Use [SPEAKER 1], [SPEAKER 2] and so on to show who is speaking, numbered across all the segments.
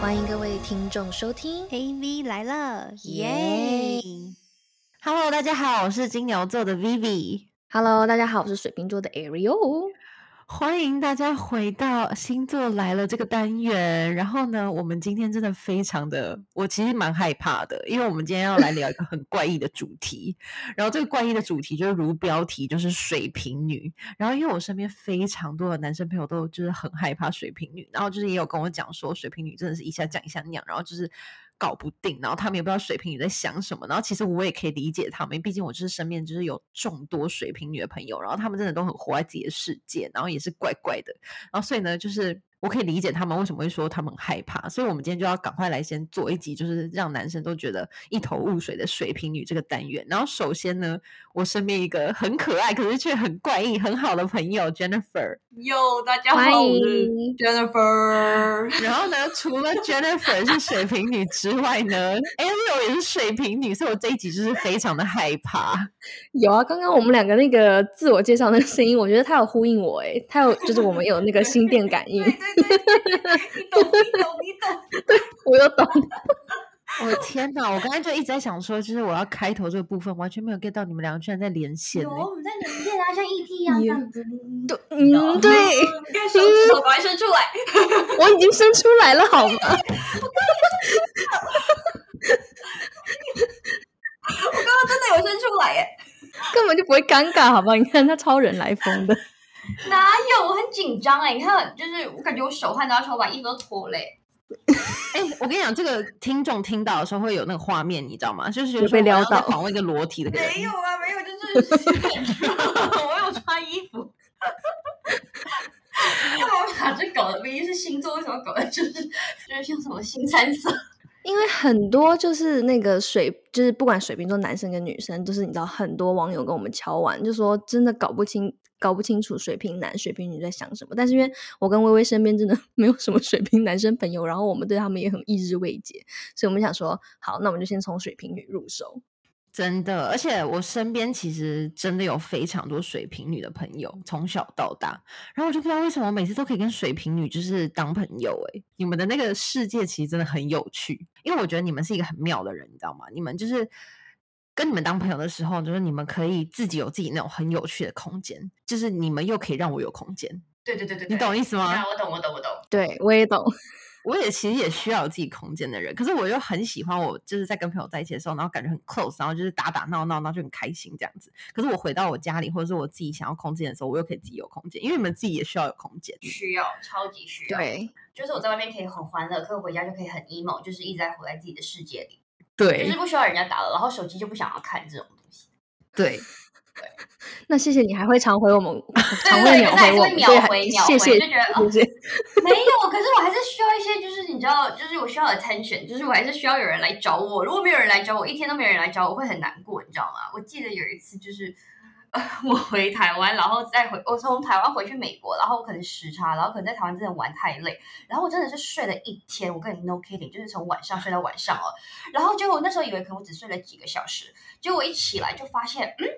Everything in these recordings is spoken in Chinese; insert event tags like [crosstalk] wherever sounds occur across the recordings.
[SPEAKER 1] 欢迎各位听众收听。
[SPEAKER 2] AV 来了，
[SPEAKER 1] 耶
[SPEAKER 2] 耶！Hello，大家好，我是金牛座的 Vivi，
[SPEAKER 1] Hello，大家好，我是水瓶座的 Ariel。
[SPEAKER 2] 欢迎大家回到星座来了这个单元。然后呢，我们今天真的非常的，我其实蛮害怕的，因为我们今天要来聊一个很怪异的主题。然后这个怪异的主题就是如标题，就是水瓶女。然后因为我身边非常多的男生朋友都就是很害怕水瓶女，然后就是也有跟我讲说，水瓶女真的是一下降一下那样，然后就是。搞不定，然后他们也不知道水瓶女在想什么。然后其实我也可以理解他们，毕竟我就是身边就是有众多水瓶女的朋友，然后他们真的都很活在自己的世界，然后也是怪怪的。然后所以呢，就是我可以理解他们为什么会说他们很害怕。所以我们今天就要赶快来先做一集，就是让男生都觉得一头雾水的水瓶女这个单元。然后首先呢，我身边一个很可爱，可是却很怪异、很好的朋友 Jennifer。
[SPEAKER 3] 哟，大家
[SPEAKER 1] 欢
[SPEAKER 3] 好，我是
[SPEAKER 1] 迎
[SPEAKER 3] Jennifer。
[SPEAKER 2] 然后呢，除了 Jennifer 是水瓶女之外呢，Ariel 也是水瓶女，所以我这一集就是非常的害怕。
[SPEAKER 1] 有啊，刚刚我们两个那个自我介绍那个声音，我觉得他有呼应我，诶，他有就是我们有那个心电感应
[SPEAKER 3] 对，对对，对你懂你懂你懂。
[SPEAKER 1] [laughs] 我有懂。
[SPEAKER 2] 我的天哪！我刚才就一直在想说，就是我要开头这个部分，完全没有 get 到你们两个居然在连线、
[SPEAKER 3] 有，
[SPEAKER 2] 欸。
[SPEAKER 3] 我们在连线啊，像 ET 一样这样子。
[SPEAKER 1] 对，嗯， [laughs] 对，
[SPEAKER 3] 你看手指头赶快伸出来。
[SPEAKER 1] 我已经生出来了， [laughs] 好吗？
[SPEAKER 3] 我刚刚真的有伸出来耶，
[SPEAKER 1] 根本就不会尴尬，好吧？你看他超人来疯的，
[SPEAKER 3] 哪有？我很紧张哎，你看，就是我感觉我手汗都要出来，我把衣服都脱嘞。
[SPEAKER 2] 哎、我跟你讲，这个听众听到的时候会有那个画面，你知道吗？就是觉得
[SPEAKER 1] 有
[SPEAKER 2] 说
[SPEAKER 1] 被
[SPEAKER 2] 我好
[SPEAKER 1] 撩
[SPEAKER 2] 像在
[SPEAKER 1] 到
[SPEAKER 2] 访问一个裸体的人。
[SPEAKER 3] 没有啊，没有，就是我有穿衣服。干嘛把这搞的明明是星座，为什么搞的就是就是像什么新三色？
[SPEAKER 1] 因为很多就是那个水，就是不管水瓶座男生跟女生，就是你知道很多网友跟我们敲完，就说真的搞不清。搞不清楚水瓶男、水瓶女在想什么，但是因为我跟微微身边真的 [laughs] 没有什么水瓶男生朋友，然后我们对他们也很意志未解，所以我们想说，好，那我们就先从水瓶女入手。
[SPEAKER 2] 真的，而且我身边其实真的有非常多水瓶女的朋友，从小到大，然后我就不知道为什么我每次都可以跟水瓶女就是当朋友诶、你们的那个世界其实真的很有趣，因为我觉得你们是一个很妙的人，你知道吗？你们就是跟你们当朋友的时候，就是你们可以自己有自己那种很有趣的空间，就是你们又可以让我有空间，
[SPEAKER 3] 对对对对，对
[SPEAKER 2] 你懂我意思吗？
[SPEAKER 3] 啊我懂，我懂，我懂。
[SPEAKER 1] 对，我也懂，
[SPEAKER 2] 我也其实也需要有自己空间的人，可是我又很喜欢我就是在跟朋友在一起的时候，然后感觉很 close，然后就是打打闹闹，然后就很开心这样子。可是我回到我家里，或者是我自己想要空间的时候，我又可以自己有空间，因为你们自己也需要有空间。
[SPEAKER 3] 需要，超级需要。，
[SPEAKER 1] 对，
[SPEAKER 3] 就是我在外面可以很欢乐，可我回家就可以很 emo，就是一直在活在自己的世界里，就
[SPEAKER 2] 对
[SPEAKER 3] 是不需要人家打扰，然后手机就不想要看这种东西。
[SPEAKER 2] 对，
[SPEAKER 1] 那谢谢你还会常回我们，常会
[SPEAKER 3] 对
[SPEAKER 1] 秒
[SPEAKER 3] 对
[SPEAKER 1] 回我
[SPEAKER 3] 还是
[SPEAKER 1] 们，
[SPEAKER 3] 会
[SPEAKER 1] 对
[SPEAKER 3] 秒回秒
[SPEAKER 1] 谢
[SPEAKER 3] 回
[SPEAKER 1] 谢，
[SPEAKER 3] 就觉得哦
[SPEAKER 1] 谢谢。
[SPEAKER 3] [laughs] 没有，可是我还是需要一些，就是你知道，就是我需要 attention，就是我还是需要有人来找我。如果没有人来找我，一天都没有人来找我，我会很难过，你知道吗？我记得有一次就是。 [laughs] 呃我回台湾，然后再回我从台湾回去美国，然后我可能时差，然后可能在台湾真的玩太累，然后我真的是睡了一天，我跟你 no kidding，就是从晚上睡到晚上哦。然后结果我那时候以为可能我只睡了几个小时，结果我一起来就发现，嗯，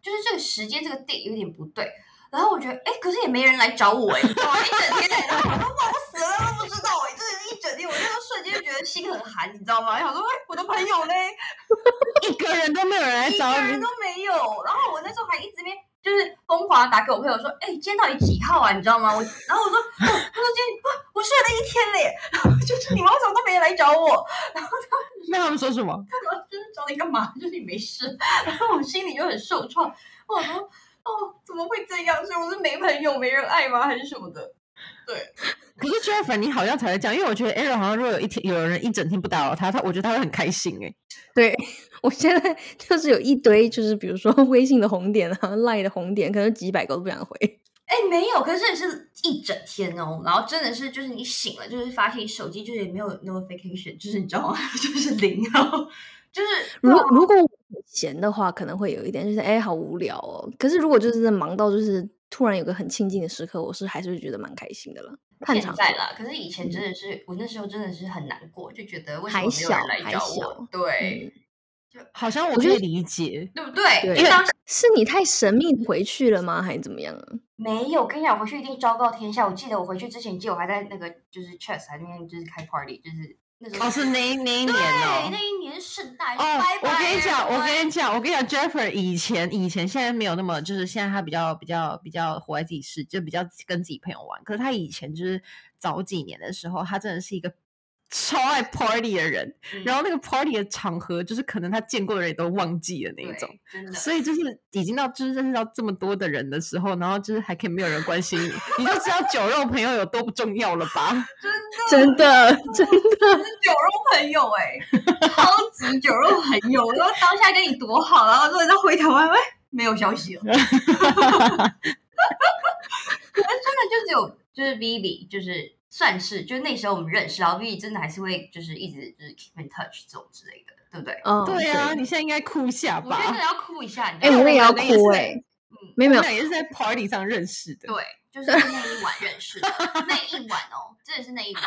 [SPEAKER 3] 就是这个时间这个 date 有点不对。然后我觉得，哎，可是也没人来找我，哎，你知道吗？一整天在，然后我都忙死了，都不知道，哎，真的是一整天，我那时候瞬间就觉得心很寒，你知道吗？想说，哎，我的朋友嘞，
[SPEAKER 2] 一个人都没有人来
[SPEAKER 3] 一
[SPEAKER 2] 找
[SPEAKER 3] 个
[SPEAKER 2] 你
[SPEAKER 3] 人，都没有。然后我那时候还一直边就是疯狂地打给我朋友说，哎、今天到底几号啊？你知道吗？我然后我说，哦他说今天哇，我睡了一天嘞， [laughs] 然后就是你们为什么都没来找我？ [laughs]
[SPEAKER 2] 那他们说什么？
[SPEAKER 3] 然后就是找你干嘛？ [laughs] 就是你没事。然后我心里就很受创，我想说，哦，怎么会这样？所以我是没朋友、没人爱吗？还是什么的？
[SPEAKER 2] 可是 Jennifer 你好像才会这样，因为我觉得 Aaron 好像如果有一天有人一整天不打扰他，他我觉得他会很开心欸诶、
[SPEAKER 1] 对 [laughs] 我现在就是有一堆，就是比如说微信的红点啊、赖的红点，可能几百个我都不想回。
[SPEAKER 3] 哎，没有，可是真的是一整天哦，然后真的是就是你醒了，就是发现你手机就是也没有 notification，就是你知道吗？ [laughs] 就是零哦，就是
[SPEAKER 1] 如如果我很闲的话，可能会有一点，就是哎，好无聊哦。可是如果就是忙到就是突然有个很亲近的时刻，我是还是会觉得蛮开心的了。探
[SPEAKER 3] 现
[SPEAKER 1] 长
[SPEAKER 3] 在啦，可是以前真的是，我那时候真的是很难过，就觉得为什
[SPEAKER 1] 还
[SPEAKER 3] 么没有人
[SPEAKER 1] 小
[SPEAKER 3] 来
[SPEAKER 1] 还
[SPEAKER 3] 找
[SPEAKER 1] 小
[SPEAKER 3] 我？对，
[SPEAKER 1] 嗯
[SPEAKER 2] 好像我
[SPEAKER 1] 我
[SPEAKER 2] 可
[SPEAKER 1] 觉
[SPEAKER 2] 以
[SPEAKER 1] 得
[SPEAKER 2] 理解。
[SPEAKER 3] 对不对？
[SPEAKER 1] 对
[SPEAKER 3] 因为当时
[SPEAKER 1] 是你太神秘地回去了吗？还是怎么样啊？
[SPEAKER 3] 没有，跟你讲，回去一定昭告天下。我记得我回去之前，记得我还在那个就是 chess 还在那边就是开 party，就是那种
[SPEAKER 2] 哦，是那一那一
[SPEAKER 3] 对
[SPEAKER 2] 年哦。
[SPEAKER 3] 那一年圣
[SPEAKER 2] [laughs]
[SPEAKER 3] 诞
[SPEAKER 2] 哦
[SPEAKER 3] 拜，拜
[SPEAKER 2] 我跟你讲，我
[SPEAKER 3] 拜
[SPEAKER 2] 跟你讲，我跟你讲，Jeffrey 以前以前现在没有那么，就是现在他比较比较比较活在自己世，就比较跟自己朋友玩。可是他以前就是早几年的时候，他真的是一个超爱 party 的人，
[SPEAKER 3] 嗯
[SPEAKER 2] 然后那个 party 的场合，就是可能他见过的人也都忘记了那一
[SPEAKER 3] 对
[SPEAKER 2] 种。
[SPEAKER 3] 真
[SPEAKER 2] [laughs]
[SPEAKER 3] 的。
[SPEAKER 2] 所以就是已经到就是认识到这么多的人的时候，然后就是还可以没有人关心你，你就知道酒肉朋友有多不重要了
[SPEAKER 3] [laughs]
[SPEAKER 2] 吧？
[SPEAKER 1] 真的，真
[SPEAKER 3] 酒肉朋友哎、超级酒肉朋友，然后当下跟你多好，然后之后再回台湾，喂，没有消息了。可能真的就只有就是 Vivi，就是算是就是那时候我们认识，然后 Vivi 真的还是会就是一直就是 keep in touch 这种之类的，对不对？
[SPEAKER 1] 嗯，
[SPEAKER 2] 对啊，你现在应该哭一下
[SPEAKER 3] 我觉得真
[SPEAKER 2] 吧
[SPEAKER 3] 的？要哭一下，你知
[SPEAKER 1] 哎、
[SPEAKER 3] 道
[SPEAKER 1] 我
[SPEAKER 3] 吗？
[SPEAKER 1] 们也要
[SPEAKER 2] 我们也
[SPEAKER 1] 哭
[SPEAKER 2] 是
[SPEAKER 1] 哎、
[SPEAKER 3] 嗯
[SPEAKER 1] 没有没有
[SPEAKER 2] 我们，俩也是在 party 上认识的。
[SPEAKER 3] 对，就是在那一晚认识的，那一晚哦，真的是那一晚。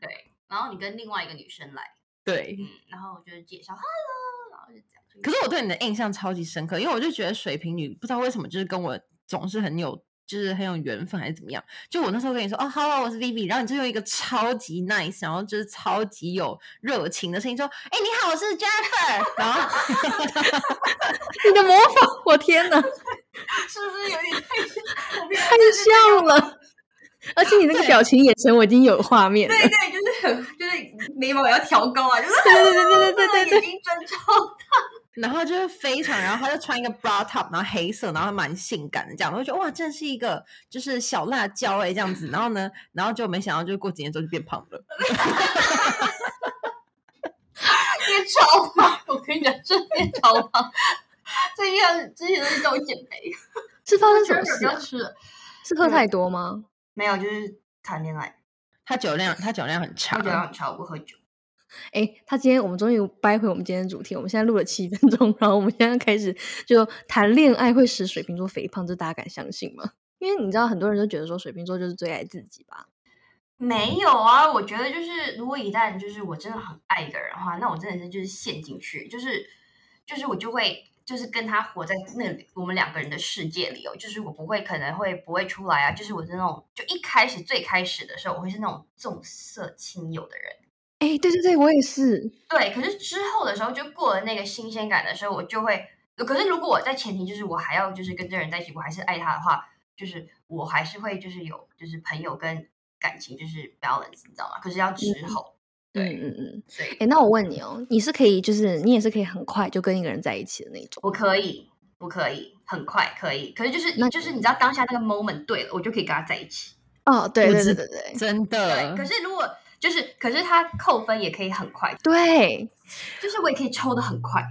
[SPEAKER 3] 对，然后你跟另外一个女生来，
[SPEAKER 2] 对
[SPEAKER 3] 嗯，然后我就介绍 hello，然后就这样。
[SPEAKER 2] 可是我对你的印象超级深刻，因为我就觉得水瓶女不知道为什么就是跟我总是很有。就是很有缘分还是怎么样？就我那时候跟你说哦，Hello，我是 Vivi，然后你就用一个超级 nice，然后就是超级有热情的声音说，哎、你好，我是 Jaffer，然后 [laughs]
[SPEAKER 1] 你的模仿，我天哪，
[SPEAKER 3] 是不是有点太像？我变
[SPEAKER 1] 太像了， [laughs] 而且你那个
[SPEAKER 2] 对
[SPEAKER 1] 表情眼神我已经有画面了，
[SPEAKER 3] 对对，就是很就是眉毛也要调高啊，就是
[SPEAKER 1] 对对对
[SPEAKER 3] [laughs]
[SPEAKER 1] 对对对对
[SPEAKER 3] 眼睛睁超
[SPEAKER 2] 然后就是非常，然后她就穿一个 bra top，然后黑色，然后蛮性感的这样，我就觉得哇，真是一个就是小辣椒哎、这样子。然后呢，然后就没想到，就是过几年之后就变胖了。
[SPEAKER 3] 变超胖。我跟你讲，真的变超胖。最近要之前都是叫我减肥，
[SPEAKER 1] 是发生什么
[SPEAKER 3] 就是
[SPEAKER 1] 事
[SPEAKER 3] 不
[SPEAKER 1] 啊、
[SPEAKER 3] 要吃了。
[SPEAKER 1] 是喝太多吗？
[SPEAKER 3] 没有，就是谈恋爱，
[SPEAKER 2] 她酒量，她酒量很
[SPEAKER 3] 我
[SPEAKER 2] 差
[SPEAKER 3] 酒。量很差，我不喝酒。
[SPEAKER 1] 哎、他今天我们终于掰回我们今天的主题，我们现在录了七分钟，然后我们现在开始就谈恋爱会使水瓶座肥胖，这大家敢相信吗？因为你知道很多人都觉得说水瓶座就是最爱自己吧，
[SPEAKER 3] 没有啊，我觉得就是，如果一旦就是我真的很爱一个人的话，那我真的是就是陷进去，就是就是我就会就是跟他活在那里我们两个人的世界里哦，就是我不会可能会不会出来啊，就是我是那种就一开始最开始的时候，我会是那种重色轻友的人，
[SPEAKER 1] 哎、对对对，我也是，嗯
[SPEAKER 3] 对，可是之后的时候，就过了那个新鲜感的时候，我就会。呃可是如果我在前提就是我还要就是跟这个人在一起，我还是爱他的话，就是我还是会就是有就是朋友跟感情就是 balance，你知道吗？可是要之后，对
[SPEAKER 1] 嗯嗯嗯。
[SPEAKER 3] 所以
[SPEAKER 1] 哎、那我问你哦，你是可以就是你也是可以很快就跟一个人在一起的那种，
[SPEAKER 3] 我可以，我可以，很快可以。可是就是
[SPEAKER 1] 那
[SPEAKER 3] 就是你知道当下那个 moment 对了，我就可以跟他在一起。
[SPEAKER 1] 哦，对
[SPEAKER 2] 我
[SPEAKER 1] 对
[SPEAKER 2] 知
[SPEAKER 1] 对对对
[SPEAKER 2] 真的
[SPEAKER 1] 呃
[SPEAKER 3] 对，，可是如果就是可是他扣分也可以很快，
[SPEAKER 1] 对
[SPEAKER 3] 就是我也可以抽的很快。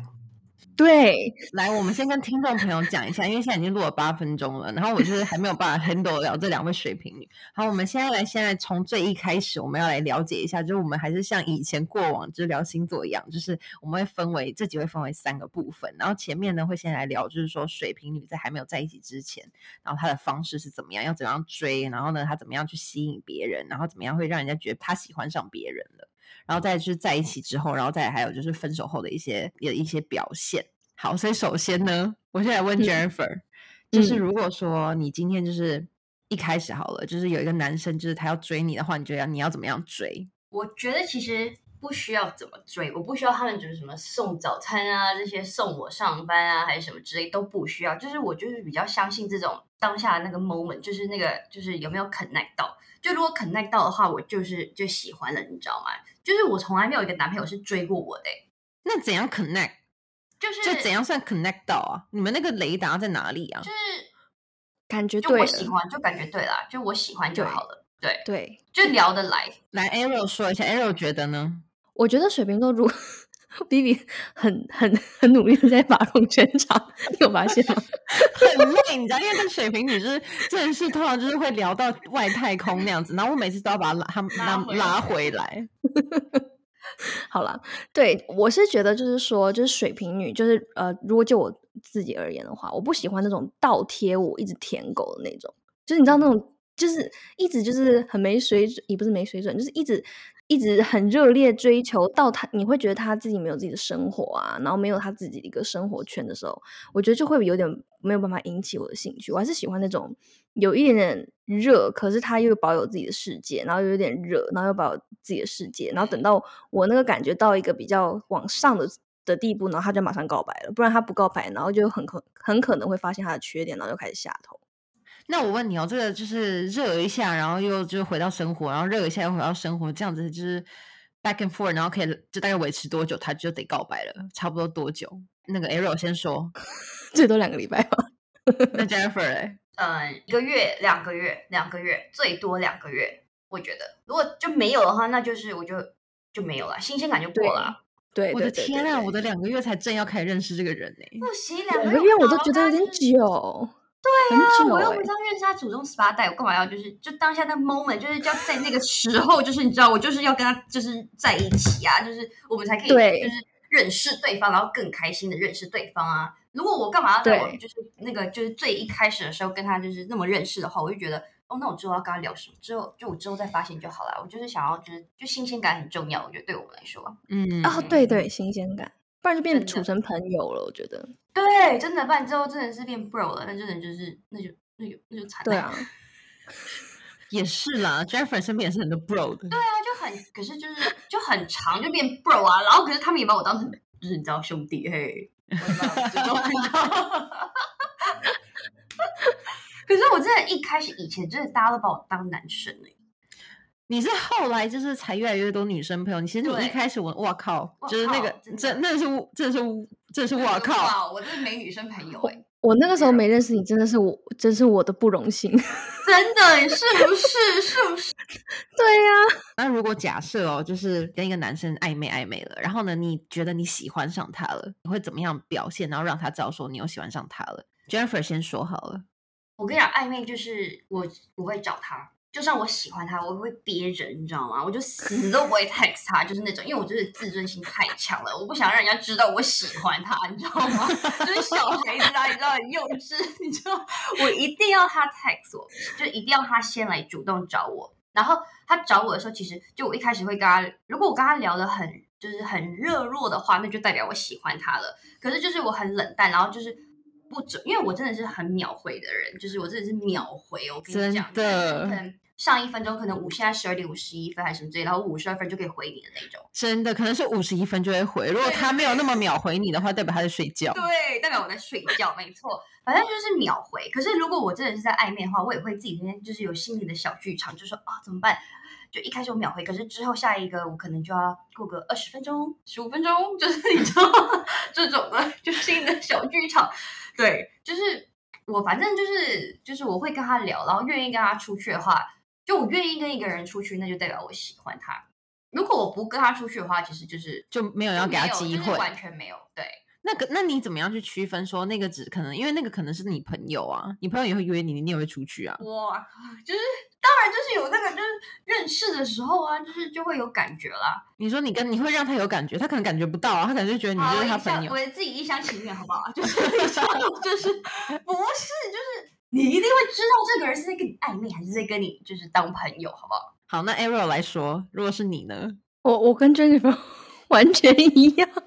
[SPEAKER 1] 对，
[SPEAKER 2] 来，我们先跟听众朋友讲一下，因为现在已经录了八分钟了，然后我就是还没有办法 handle 了这两位水瓶女。好，我们现在来，现在从最一开始，我们要来了解一下，就是我们还是像以前过往就是聊星座一样，就是我们会分为这集会分为三个部分，然后前面呢会先来聊，就是说水瓶女在还没有在一起之前，然后她的方式是怎么样，要怎么样追，然后呢她怎么样去吸引别人，然后怎么样会让人家觉得她喜欢上别人了，然后再来就是在一起之后，然后再来还有就是分手后的一些有一些表现。好，所以首先呢，我先来问
[SPEAKER 1] 嗯
[SPEAKER 2] Jennifer，、就是
[SPEAKER 1] 嗯
[SPEAKER 2] 如果说你今天就是一开始好了，就是有一个男生就是他要追你的话，你觉得你要怎么样追？
[SPEAKER 3] 我觉得其实不需要怎么追，我不需要他们就是什么送早餐啊，这些送我上班啊，还是什么之类都不需要。就是我就是比较相信这种当下的那个 moment，就是那个就是有没有 connect 到。就如果 connect 到的话，我就是就喜欢了，你知道吗？就是我从来没有一个男朋友是追过我的欸、
[SPEAKER 2] 那怎样 connect？
[SPEAKER 3] 就是
[SPEAKER 2] 就怎样算 connect 到啊？你们那个雷达在哪里啊
[SPEAKER 3] 就？是
[SPEAKER 1] 感觉
[SPEAKER 3] 就
[SPEAKER 1] 对
[SPEAKER 3] 我
[SPEAKER 1] 了，
[SPEAKER 3] 喜欢，就感觉对啦，就我喜欢就
[SPEAKER 1] 对
[SPEAKER 3] 好了，对，
[SPEAKER 1] 对。
[SPEAKER 3] 就聊得来。
[SPEAKER 2] 来，Arrow 说一下，Arrow 觉得呢？
[SPEAKER 1] 我觉得水瓶座如 [laughs] 比比很很很努力的在把控 [laughs] 全场，你有发现吗？
[SPEAKER 2] [laughs] 很累，你知道，因为跟水瓶女就是真的是通常就是会聊到外太空那样子，然后我每次都要把他拉他们
[SPEAKER 3] 拉
[SPEAKER 2] 拉
[SPEAKER 3] 回
[SPEAKER 2] 拉
[SPEAKER 3] 来
[SPEAKER 2] 回来。
[SPEAKER 1] 好啦，对我是觉得就是说，就是水瓶女，就是呃，如果就我自己而言的话，我不喜欢那种倒贴我一直舔狗的那种，就是你知道那种，就是一直就是很没水准，也不是没水准，就是一直一直很热烈追求到他，你会觉得他自己没有自己的生活啊，然后没有他自己的一个生活圈的时候，我觉得就会有点没有办法引起我的兴趣。我还是喜欢那种有一点点热，可是他又保有自己的世界，然后又有点热，然后又保有自己的世界，然后等到我那个感觉到一个比较往上的的地步，然后他就马上告白了，不然他不告白，然后就很可很可能会发现他的缺点，然后就开始下头。 [laughs]
[SPEAKER 2] 那我问你哦，这个就是热一下，然后又就回到生活，然后热一下又回到生活，这样子就是 back and forth，然后可以就大概维持多久，他就得告白了，差不多多久？那个 Ariel 先说，
[SPEAKER 1] 最多两个礼拜吧。 [laughs]
[SPEAKER 2] 那 Jennifer 嘞？
[SPEAKER 3] 嗯，一个月、两个月、两个月，最多两个月。我觉得，如果就没有的话，那就是我就就没有了，新鲜感就过了。
[SPEAKER 1] 对，
[SPEAKER 2] 我
[SPEAKER 1] 对
[SPEAKER 2] 的
[SPEAKER 1] 对
[SPEAKER 2] 天
[SPEAKER 1] 对
[SPEAKER 2] 啊，
[SPEAKER 1] 对
[SPEAKER 2] 我的两个月才正要开始认识这个人呢、
[SPEAKER 3] 不行，两
[SPEAKER 1] 两
[SPEAKER 3] 个
[SPEAKER 1] 个月我都
[SPEAKER 3] 搞
[SPEAKER 1] 觉得有
[SPEAKER 3] 啊到
[SPEAKER 1] 点
[SPEAKER 3] 就是
[SPEAKER 1] 久，对很久、
[SPEAKER 3] 啊我又
[SPEAKER 1] 欸
[SPEAKER 3] 不。是要认识他祖宗十八代，我干嘛要就是就当下那 moment 就是要在那个时候，就是你知道我就是要跟他就是在一起啊，就是我们才可以
[SPEAKER 1] 对
[SPEAKER 3] 就是认识对方，然后更开心的认识对方啊。如果我干嘛要在我
[SPEAKER 1] 对
[SPEAKER 3] 就是那个就是最一开始的时候跟他就是那么认识的话，我就觉得哦，那我之后要跟他聊什么？之后就我之后再发现就好了。我就是想要就是就新鲜感很重要，我觉得对我们来说。
[SPEAKER 2] 嗯，
[SPEAKER 1] 哦，对对，新鲜感，不然就变
[SPEAKER 3] 真的
[SPEAKER 1] 处成朋友了。我觉得，
[SPEAKER 3] 对，真的，不然之后真的是变 bro 了，那真的就是那就那就那就惨了。
[SPEAKER 1] 对啊，
[SPEAKER 2] 也是啦，Jennifer 身边也是很多 bro 的，
[SPEAKER 3] 就很，可是就是就很长，就变 bro 啊。然后可是他们也把我当成就是你知道兄弟嘿，我也不知道这种 [laughs] 可是我真的，一开始以前真的大家都把我当男生哎、
[SPEAKER 2] 你是后来就是才越来越多女生朋友，你其实你
[SPEAKER 3] 对
[SPEAKER 2] 一开始我哇靠，
[SPEAKER 3] 哇
[SPEAKER 2] 就是那个
[SPEAKER 3] 靠真的
[SPEAKER 2] 真那是真是真是哇靠，
[SPEAKER 3] 哇！我真的没女生朋友哎、
[SPEAKER 1] 我那个时候没认识你，真的是我，真是我的不荣 [laughs] 幸。
[SPEAKER 3] [laughs] 真的是不是？是不是？
[SPEAKER 1] 对呀、
[SPEAKER 2] 那如果假设哦，就是跟一个男生暧昧暧昧了，然后呢，你觉得你喜欢上他了，你会怎么样表现，然后让他知道说你又喜欢上他了？Jennifer 先说好了，
[SPEAKER 3] 我跟你讲，暧昧就是我我会找他，就算我喜欢他，我会憋着，你知道吗？我就死都不会 text 他，就是那种，因为我真的自尊心太强了，我不想让人家知道我喜欢他，你知道吗？ [laughs] 就是小孩子啊，你知道很幼稚， [laughs] 你知道，我一定要他 text 我，就一定要他先来主动找我。然后他找我的时候，其实就我一开始会跟他，如果我跟他聊的很就是很热络的话，那就代表我喜欢他了。可是就是我很冷淡，然后就是不准，因为我真的是很秒回的人，就是我真的是秒回，我跟你讲，
[SPEAKER 2] 真的
[SPEAKER 3] 就是可能上一分钟可能五，现在十二点五十一分还是什么之类，然后五十二分就可以回你的那种。
[SPEAKER 2] 真的可能是五十一分就会回，如果他没有那么秒回你的话，代表他在睡觉。
[SPEAKER 3] 对，代表我在睡觉，没错，反正就是秒回。可是如果我真的是在暧昧的话，我也会自己今天就是有心里的小剧场，就说啊、怎么办？就一开始我秒回，可是之后下一个我可能就要过个二十分钟、十五分钟，就是你知道 [laughs] 这种的，就是心里的小剧场。对，就是我反正就是就是我会跟他聊，然后愿意跟他出去的话，就我愿意跟一个人出去，那就代表我喜欢他。如果我不跟他出去的话，其实就是
[SPEAKER 2] 就没有要给他
[SPEAKER 3] 没有
[SPEAKER 2] 机
[SPEAKER 3] 就是
[SPEAKER 2] 会
[SPEAKER 3] 完全没有。对，
[SPEAKER 2] 那个，那你怎么样去区分说那个只可能，因为那个可能是你朋友啊，你朋友也会约你，你也会出去啊。
[SPEAKER 3] 哇，就是当然就是有那个就是认识的时候啊，就是就会有感觉啦。
[SPEAKER 2] 你说你跟你会让他有感觉，他可能感觉不到啊，他可能就觉得你
[SPEAKER 3] 好，
[SPEAKER 2] 就
[SPEAKER 3] 我
[SPEAKER 2] 是他
[SPEAKER 3] 哦一
[SPEAKER 2] 朋
[SPEAKER 3] 厢
[SPEAKER 2] 友
[SPEAKER 3] 我。自己一厢情愿，好不好？ [laughs] 就是一厢就是不是就是你一定会知道这个人是在跟你暧昧，还是在跟你就是当朋友，好不好？
[SPEAKER 2] 好，那 Ariel 来说，如果是你呢？
[SPEAKER 1] 我我跟 Jennifer [laughs] 完全一样、 [laughs]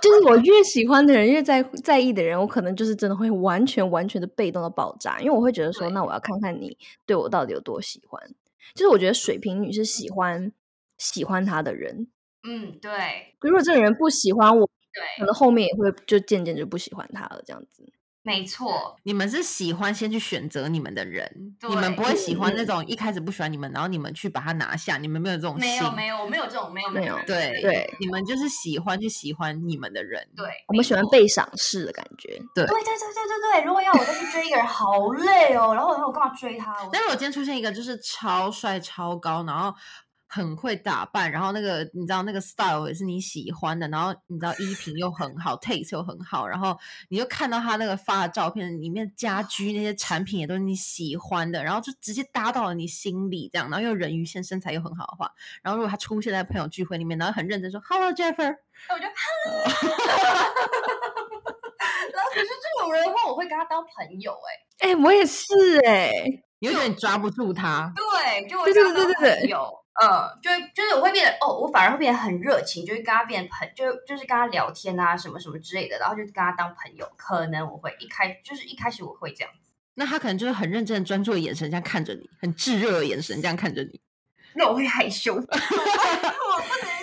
[SPEAKER 1] 就是我越喜欢的人，越在乎在意的人，我可能就是真的会完全完全的被动到爆炸，因为我会觉得说，
[SPEAKER 3] 对
[SPEAKER 1] 那我要看看你对我到底有多喜欢。就是我觉得水瓶女是喜欢喜欢她的人，
[SPEAKER 3] 嗯，对
[SPEAKER 1] 如果这个人不喜欢我，可
[SPEAKER 3] 对，
[SPEAKER 1] 能后面也会就渐渐就不喜欢他了，这样子。
[SPEAKER 3] 没错，
[SPEAKER 2] 你们是喜欢先去选择你们的人，你们
[SPEAKER 3] 对
[SPEAKER 2] 不会喜欢那
[SPEAKER 1] 嗯
[SPEAKER 2] 种一开始不喜欢你们，然后你们去把他拿下，你们没有这种心。
[SPEAKER 3] 没有没有，我没有这种没有
[SPEAKER 1] 没
[SPEAKER 3] 有
[SPEAKER 1] 有
[SPEAKER 2] 对
[SPEAKER 1] 对
[SPEAKER 2] 你们就是喜欢去喜欢你们的人。
[SPEAKER 3] 对，
[SPEAKER 1] 我们喜欢
[SPEAKER 3] 没错
[SPEAKER 1] 被赏识的感觉，
[SPEAKER 3] 对对对对对对，如果要我再去追一个人，好累哦。然后我我干嘛追他？我
[SPEAKER 2] 但是我今天出现一个就是超帅、超高，然后很会打扮，然后那个你知道那个 style 也是你喜欢的，然后你知道衣品又很好，taste 又很好，然后你就看到他那个发的照片里面家居那些产品也都是你喜欢的，然后就直接搭到了你心里这样，然后又人鱼线身材又很好的话，然后如果他出现在朋友聚会里面，然后很认真说 “Hello Jeffer”，
[SPEAKER 3] 我就呃然后可是这种人的话，我会跟他当朋友哎、
[SPEAKER 1] 哎、我也是哎、
[SPEAKER 2] 你有点抓不住他。
[SPEAKER 3] 对，就我
[SPEAKER 1] 对
[SPEAKER 3] 交
[SPEAKER 1] 对对对
[SPEAKER 3] 到
[SPEAKER 1] 对
[SPEAKER 3] 朋友，嗯，就会就是我会变得哦，我反而会变得很热情，就是跟他变朋，就就是跟他聊天啊，什么什么之类的，然后就跟他当朋友。可能我会一开就是一开始我会这样子，
[SPEAKER 2] 那他可能就是很认真的专注的眼神这样看着你，很炙热的眼神这样看着你。
[SPEAKER 3] 那我会害
[SPEAKER 1] [laughs]
[SPEAKER 3] 羞， [laughs] 我不能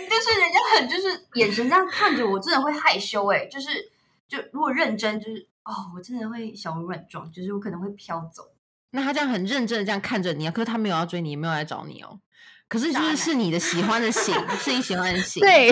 [SPEAKER 3] 就是人家很就是眼神这样看着我，真的会害羞哎、就是就如果认真就是哦，我真的会小鹿乱撞，就是我可能会飘走。
[SPEAKER 2] 那他这样很认真的这样看着你啊，可是他没有要追你，也没有来找你哦。可是就
[SPEAKER 3] 渣
[SPEAKER 2] 是
[SPEAKER 3] 男
[SPEAKER 2] 是你的喜欢的型，是你喜欢的型。，
[SPEAKER 1] 对，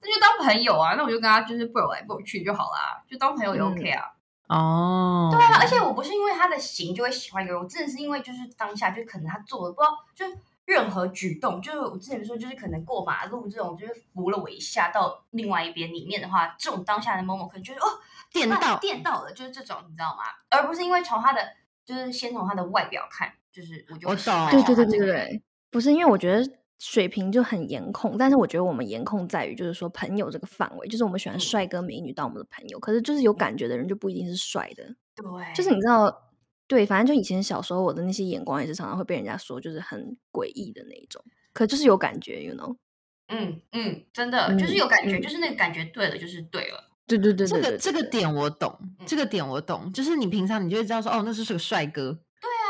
[SPEAKER 3] 那就当朋友啊，那我就跟他就是不来不去就好啦，就当朋友也
[SPEAKER 1] 嗯
[SPEAKER 3] OK 啊。
[SPEAKER 2] 哦，
[SPEAKER 3] 对啊，而且我不是因为他的型就会喜欢一个人，我真的是因为就是当下就可能他做的不知道就是任何举动，就是我之前说就是可能过马路这种就是扶了我一下到另外一边里面的话，这种当下的 Momo 可能就是哦
[SPEAKER 2] 电
[SPEAKER 3] 那
[SPEAKER 2] 到
[SPEAKER 3] 电到了，就是这种你知道吗？而不是因为从他的就是先从他的外表看，就是我就
[SPEAKER 2] 我
[SPEAKER 3] 会喜欢
[SPEAKER 1] 对
[SPEAKER 2] 懂
[SPEAKER 3] 上
[SPEAKER 1] 对
[SPEAKER 3] 他
[SPEAKER 1] 对
[SPEAKER 3] 这
[SPEAKER 1] 对
[SPEAKER 3] 个人
[SPEAKER 1] 对，不是因为我觉得水平就很颜控，但是我觉得我们颜控在于就是说朋友这个范围，就是我们喜欢
[SPEAKER 3] 嗯
[SPEAKER 1] 帅哥美女当我们的朋友，可是就是有感觉的人就不一定是帅的，
[SPEAKER 3] 对，
[SPEAKER 1] 就是你知道，对，反正就以前小时候我的那些眼光也是常常会被人家说就是很诡异的那一种，可就是有感觉，you know？
[SPEAKER 3] 嗯嗯，真的就是有感觉，
[SPEAKER 1] 嗯嗯
[SPEAKER 3] 就是那个感觉对了，就是对了，
[SPEAKER 1] 对对对
[SPEAKER 2] 这
[SPEAKER 1] 对
[SPEAKER 2] 个
[SPEAKER 1] 对，
[SPEAKER 2] 这个点我懂，
[SPEAKER 3] 嗯
[SPEAKER 2] 这个点我懂，就是你平常你就会知道说，哦，那就是个帅哥，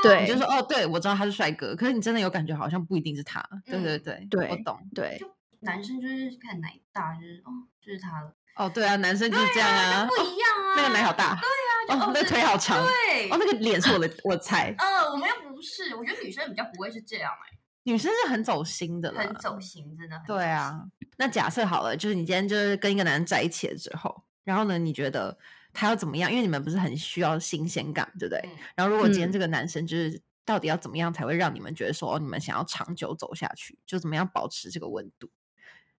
[SPEAKER 1] 对，
[SPEAKER 2] 你就说，哦，对我知道他是帅哥，可是你真的有感觉好像不一定是他。
[SPEAKER 3] 嗯
[SPEAKER 2] 对对对，
[SPEAKER 1] 对
[SPEAKER 2] 我懂。
[SPEAKER 1] 对
[SPEAKER 3] 就男生就是看奶大，就是哦，就是他了，
[SPEAKER 2] 哦，对啊，男生就是这样啊，
[SPEAKER 3] 不
[SPEAKER 2] 哦
[SPEAKER 3] 一样啊，
[SPEAKER 2] 那个奶好大，
[SPEAKER 3] 对啊，
[SPEAKER 2] [laughs]
[SPEAKER 3] 就
[SPEAKER 2] 哦，那
[SPEAKER 3] 对
[SPEAKER 2] 个腿好长，哦，
[SPEAKER 3] 对，
[SPEAKER 2] 那个脸是我的，我猜
[SPEAKER 3] 呃，我们又不是，我觉得女生比较不会是这样哎、
[SPEAKER 2] 女生是很走心的啦，
[SPEAKER 3] 很走心，真的很。
[SPEAKER 2] 对，啊，那假设好了，就是你今天就是跟一个男人在一起了之后，然后呢，你觉得他要怎么样？因为你们不是很需要新鲜感，对不对？
[SPEAKER 3] 嗯，
[SPEAKER 2] 然后如果今天
[SPEAKER 1] 嗯
[SPEAKER 2] 这个男生就是到底要怎么样才会让你们觉得说，哦，你们想要长久走下去，就怎么样保持这个温度？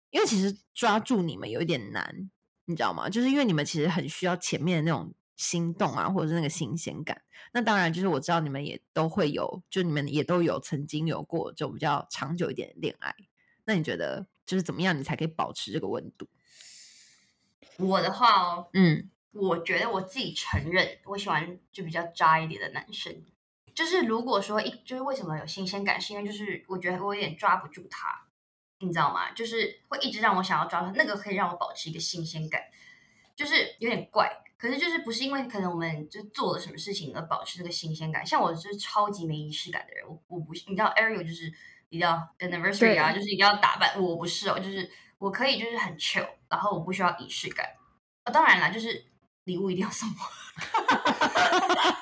[SPEAKER 2] 因为其实抓住你们有一点难，你知道吗？就是因为你们其实很需要前面的那种心动啊，或者是那个新鲜感。那当然，就是我知道你们也都会有，就你们也都有曾经有过这种比较长久一点的恋爱。那你觉得就是怎么样，你才可以保持这个温度？
[SPEAKER 3] 我的话哦，
[SPEAKER 2] 嗯，
[SPEAKER 3] 我觉得我自己承认，我喜欢就比较渣一点的男生。就是如果说一，就是为什么有新鲜感，是因为就是我觉得我有点抓不住他，你知道吗？就是会一直让我想要抓他，那个可以让我保持一个新鲜感，就是有点怪。可是就是不是因为可能我们就做了什么事情而保持这个新鲜感？像我就是超级没仪式感的人，我我不是，你知道 Ariel 就是你知道 anniversary 啊，
[SPEAKER 1] 对
[SPEAKER 3] 就是一定要打扮，我不是哦，就是我可以就是很 chill，然后我不需要仪式感。哦，当然啦，就是礼物一定要送我。 [laughs]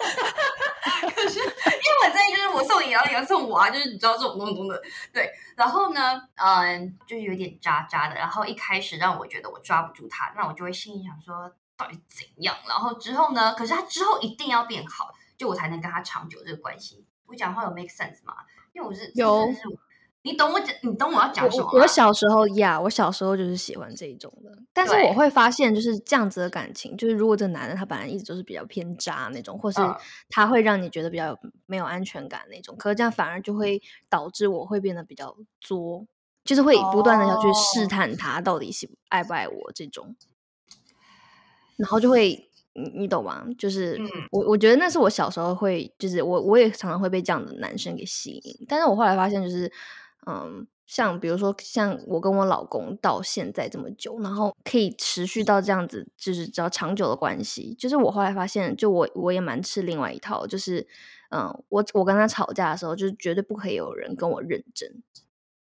[SPEAKER 3] 可是因为我在意就是我送你，然后你要送我啊，就是你知道这种东东的，对。然后呢，嗯，就是有点渣渣的。然后一开始让我觉得我抓不住他，那我就会心里想说到底怎样？然后之后呢，可是他之后一定要变好，就我才能跟他长久这个关系。我讲话有 make sense 吗？因为我是
[SPEAKER 1] 有，
[SPEAKER 3] 这是我你懂我讲，你懂我要讲什么
[SPEAKER 1] 我
[SPEAKER 3] 吗？
[SPEAKER 1] 我小时候呀我小时候就是喜欢这一种的，但是
[SPEAKER 3] 对
[SPEAKER 1] 我会发现就是这样子的感情，就是如果这男的他本来一直就是比较偏渣那种，或是
[SPEAKER 3] 嗯
[SPEAKER 1] 他会让你觉得比较有没有安全感那种，可是这样反而就会导致我会变得比较作，就是会不断的要去试
[SPEAKER 3] 哦
[SPEAKER 1] 探他到底喜爱不爱我这种，然后就会。你你懂吗？就是
[SPEAKER 3] 嗯
[SPEAKER 1] 我，我觉得那是我小时候会，就是我我也常常会被这样的男生给吸引，但是我后来发现，就是嗯，像比如说像我跟我老公到现在这么久，然后可以持续到这样子，就是只要长久的关系，就是我后来发现，就我我也蛮吃另外一套，就是嗯，我我跟他吵架的时候，就是绝对不可以有人跟我认真。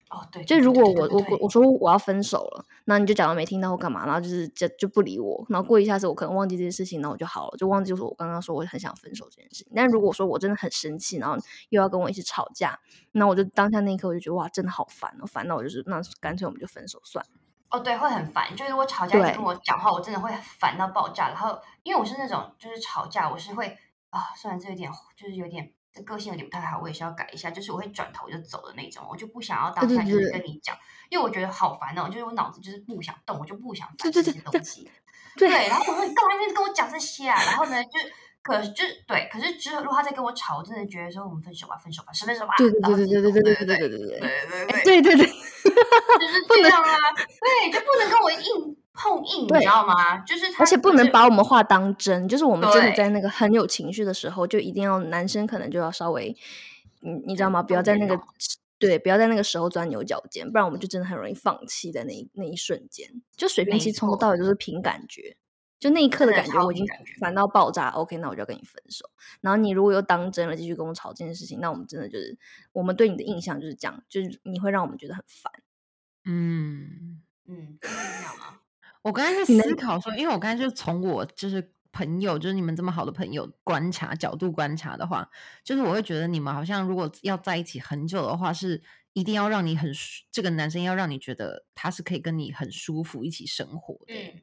[SPEAKER 3] 哦，对，
[SPEAKER 1] 就
[SPEAKER 3] 对
[SPEAKER 1] 如
[SPEAKER 3] 对
[SPEAKER 1] 果
[SPEAKER 3] 对
[SPEAKER 1] 我
[SPEAKER 3] 对
[SPEAKER 1] 我
[SPEAKER 3] 对
[SPEAKER 1] 我说我要分手了，那你就假装没听到或干嘛，然后就是就就不理我，然后过一下子我可能忘记这件事情，然后我就好了，就忘记说我刚刚说我很想分手这件事情。但如果说我真的很生气，然后又要跟我一起吵架，那我就当下那一刻我就觉得哇，真的好烦哦，烦到我就是那干脆我们就分手算了。
[SPEAKER 3] 哦，对，会很烦。就是如果吵架
[SPEAKER 1] 对
[SPEAKER 3] 你跟我讲话，我真的会烦到爆炸。然后，因为我是那种就是吵架，我是会啊，虽然这有点就是有点这个性有点不太好，我也是要改一下。就是我会转头就走的那种，我就不想要当
[SPEAKER 1] 对
[SPEAKER 3] 下就是
[SPEAKER 1] 对
[SPEAKER 3] 跟你讲，因为我觉得好烦哦，就是我脑子就是不想动，我就不想
[SPEAKER 1] 对对
[SPEAKER 3] 烦这
[SPEAKER 1] 对
[SPEAKER 3] 些东西。
[SPEAKER 1] 对
[SPEAKER 3] 对，然后我说你干嘛一直跟我讲这些啊？然后呢，就是可是就是对，可是之后如果他再跟我吵，我真的觉得说我们分手吧，分手吧，是分手吧。
[SPEAKER 1] 对对
[SPEAKER 3] 然后
[SPEAKER 1] 对
[SPEAKER 3] 就是
[SPEAKER 1] 对对对对
[SPEAKER 3] 对对
[SPEAKER 1] 对对对
[SPEAKER 3] 对对对
[SPEAKER 1] 对对对对，
[SPEAKER 3] 就是
[SPEAKER 1] [laughs] 不
[SPEAKER 3] 这
[SPEAKER 1] 能
[SPEAKER 3] 样啊，对，就不能跟我硬碰硬，你
[SPEAKER 1] 对
[SPEAKER 3] 知道吗？就是他
[SPEAKER 1] 而且不
[SPEAKER 3] 就
[SPEAKER 1] 能
[SPEAKER 3] 是
[SPEAKER 1] 把我们话当真，就是我们真的
[SPEAKER 3] 对
[SPEAKER 1] 在那个很有情绪的时候，就一定要男生可能就要稍微，你你知道吗？不要在那个
[SPEAKER 3] 动点
[SPEAKER 1] 对，不要在那个时候钻牛角尖，不然我们就真的很容易放弃在那一那一瞬间。就水平
[SPEAKER 3] 没
[SPEAKER 1] 其实从头
[SPEAKER 3] 错
[SPEAKER 1] 到尾都是凭感觉，就那一刻的
[SPEAKER 3] 真的
[SPEAKER 1] 感觉
[SPEAKER 3] 超
[SPEAKER 1] 我已
[SPEAKER 3] 凭
[SPEAKER 1] 经
[SPEAKER 3] 感觉
[SPEAKER 1] 烦到爆炸，OK，那我就要跟你分手。然后你如果又当真了，继续跟我吵这件事情，那我们真的就是我们对你的印象就是这样，就是你会让我们觉得很烦。
[SPEAKER 2] 嗯，
[SPEAKER 3] 嗯，就是这
[SPEAKER 1] [laughs]
[SPEAKER 3] 样啊。
[SPEAKER 2] 我刚才在
[SPEAKER 1] 你能
[SPEAKER 2] 思考说，因为我刚才就从我就是朋友，就是你们这么好的朋友观察角度观察的话，就是我会觉得你们好像如果要在一起很久的话，是一定要让你很舒这个男生要让你觉得他是可以跟你很舒服一起生活的欸。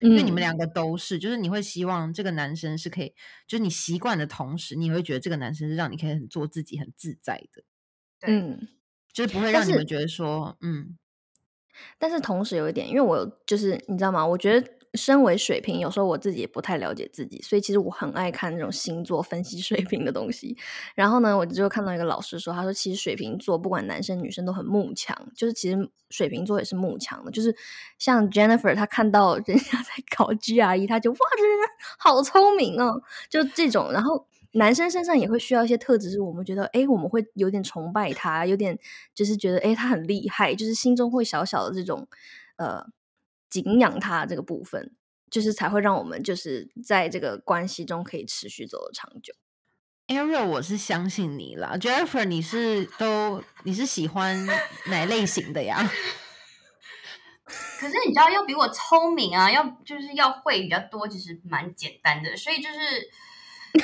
[SPEAKER 3] 嗯，
[SPEAKER 1] 因
[SPEAKER 2] 因为你们两个都是，就是你会希望这个男生是可以，就是你习惯的同时，你也会觉得这个男生是让你可以很做自己、很自在的，
[SPEAKER 3] 对
[SPEAKER 1] 嗯。
[SPEAKER 2] 就是不会
[SPEAKER 1] 但
[SPEAKER 2] 让你
[SPEAKER 1] 是
[SPEAKER 2] 们觉得说，嗯，
[SPEAKER 1] 但是同时有一点，因为我有就是你知道吗？我觉得身为水瓶，有时候我自己也不太了解自己，所以其实我很爱看那种星座分析水瓶的东西。然后呢，我就看到一个老师说，他说其实水瓶座不管男生女生都很慕强，就是其实水瓶座也是慕强的，就是像 Jennifer 她看到人家在考 GRE，她就 E，哇这人好聪明哦，就这种，然后。男生身上也会需要一些特质，是我们觉得，哎，我们会有点崇拜他，有点就是觉得，哎，他很厉害，就是心中会小小的这种，呃，敬仰他这个部分，就是才会让我们就是在这个关系中可以持续走得长久。
[SPEAKER 2] Ariel，我是相信你啦。Jennifer，你是都你是喜欢哪类型的呀？ [laughs]
[SPEAKER 3] 可是你知道，要比我聪明啊，要就是要会比较多，其实蛮简单的。所以就是，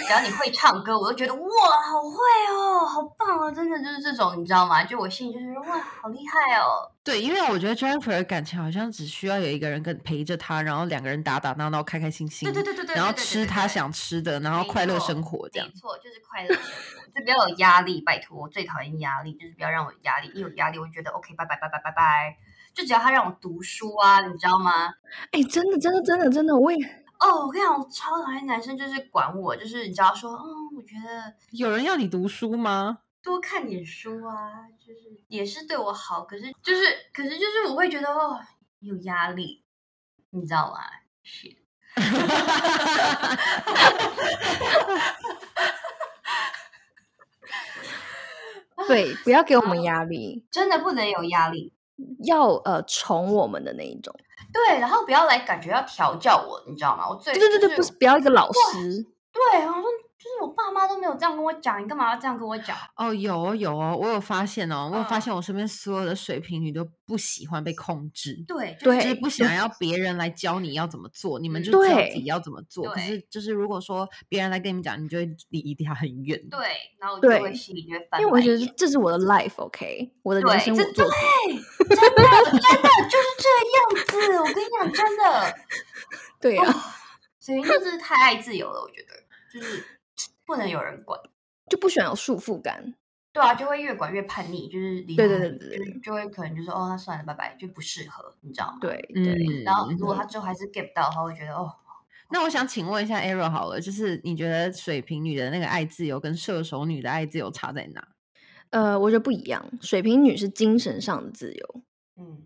[SPEAKER 3] 只要你会唱歌，我就觉得哇，好会哦，好棒哦，真的就是这种，你知道吗？就我心里就是哇，好厉害哦。
[SPEAKER 2] 对，因为我觉得 Jennifer 的感情好像只需要有一个人跟陪着他，然后两个人打打闹闹，开开心心，
[SPEAKER 3] 对对对对对，
[SPEAKER 2] 然后
[SPEAKER 3] 对对对
[SPEAKER 2] 吃
[SPEAKER 3] 对
[SPEAKER 2] 他
[SPEAKER 3] 对
[SPEAKER 2] 想吃的，然后
[SPEAKER 3] 没
[SPEAKER 2] 快乐
[SPEAKER 3] 错
[SPEAKER 2] 生活这样
[SPEAKER 3] 没。错，就是快乐生活，就不要有压力，拜托，我最讨厌压力，就是不要让我有压力，一有压力我就觉得 OK，拜拜拜拜拜拜，就只要他让我读书啊，你知道吗？
[SPEAKER 1] 哎，真的，真的，真的，真的，我也
[SPEAKER 3] 哦，我跟你讲，我超讨厌男生就是管我，就是你知道说，嗯，我觉得
[SPEAKER 2] 有人要你读书吗？
[SPEAKER 3] 多看点书啊，就是也是对我好，可是就是可是就是我会觉得哦有压力，你知道吗？是，
[SPEAKER 1] 对，不要给我们压力，
[SPEAKER 3] 真的不能有压力，
[SPEAKER 1] 要呃宠我们的那一种。
[SPEAKER 3] 对，然后不要来感觉要调教我，你知道吗？我最
[SPEAKER 1] 对对对
[SPEAKER 3] 就
[SPEAKER 1] 对，
[SPEAKER 3] 是
[SPEAKER 1] 不是不要一个老师，
[SPEAKER 3] 对，我说就是我爸妈都没有这样跟我讲，你干嘛要这样跟我讲？
[SPEAKER 2] 哦，有哦有哦，我有发现哦，我有发
[SPEAKER 3] 嗯
[SPEAKER 2] 现我身边所有的水瓶女都不喜欢被控制，
[SPEAKER 3] 对，就是
[SPEAKER 2] 就是
[SPEAKER 1] 对，
[SPEAKER 2] [laughs] 不想要别人来教你要怎么做，你们
[SPEAKER 3] 嗯
[SPEAKER 2] 就知道自己
[SPEAKER 1] 对
[SPEAKER 2] 要怎么做。可
[SPEAKER 3] 对
[SPEAKER 2] 是就是如果说别人来跟你们讲，你就会离离他很远。
[SPEAKER 3] 对，然后我就
[SPEAKER 1] 对
[SPEAKER 3] 会心里就会翻
[SPEAKER 1] 因为我
[SPEAKER 3] 白
[SPEAKER 1] 觉
[SPEAKER 3] 眼
[SPEAKER 1] 得这是我的 life，OK，、我的人
[SPEAKER 3] 对
[SPEAKER 1] 生
[SPEAKER 3] 这
[SPEAKER 1] 我做主。
[SPEAKER 3] 真的真的呃就是这样子，我跟你讲，真的，
[SPEAKER 1] 对啊，
[SPEAKER 3] 水瓶座真是太爱自由了，我觉得就是不能有人管，
[SPEAKER 1] 就不喜欢有束缚感。
[SPEAKER 3] 对啊，就会越管越叛逆，就是离
[SPEAKER 1] 对
[SPEAKER 3] 他
[SPEAKER 1] 对
[SPEAKER 3] 很
[SPEAKER 1] 对
[SPEAKER 3] 就
[SPEAKER 1] 对
[SPEAKER 3] 是就会可能就说哦，那算了，拜拜，就不适合，你知道吗？
[SPEAKER 1] 对对，
[SPEAKER 3] 然后如果
[SPEAKER 1] 嗯
[SPEAKER 3] 他最后还是 get 不到的话，我会觉得哦，
[SPEAKER 2] 那我想请问一下 Arrow 好了，就是你觉得水瓶女的那个爱自由跟射手女的爱自由差在哪？
[SPEAKER 1] 呃，我觉得不一样。水瓶女是精神上的自由，
[SPEAKER 3] 嗯，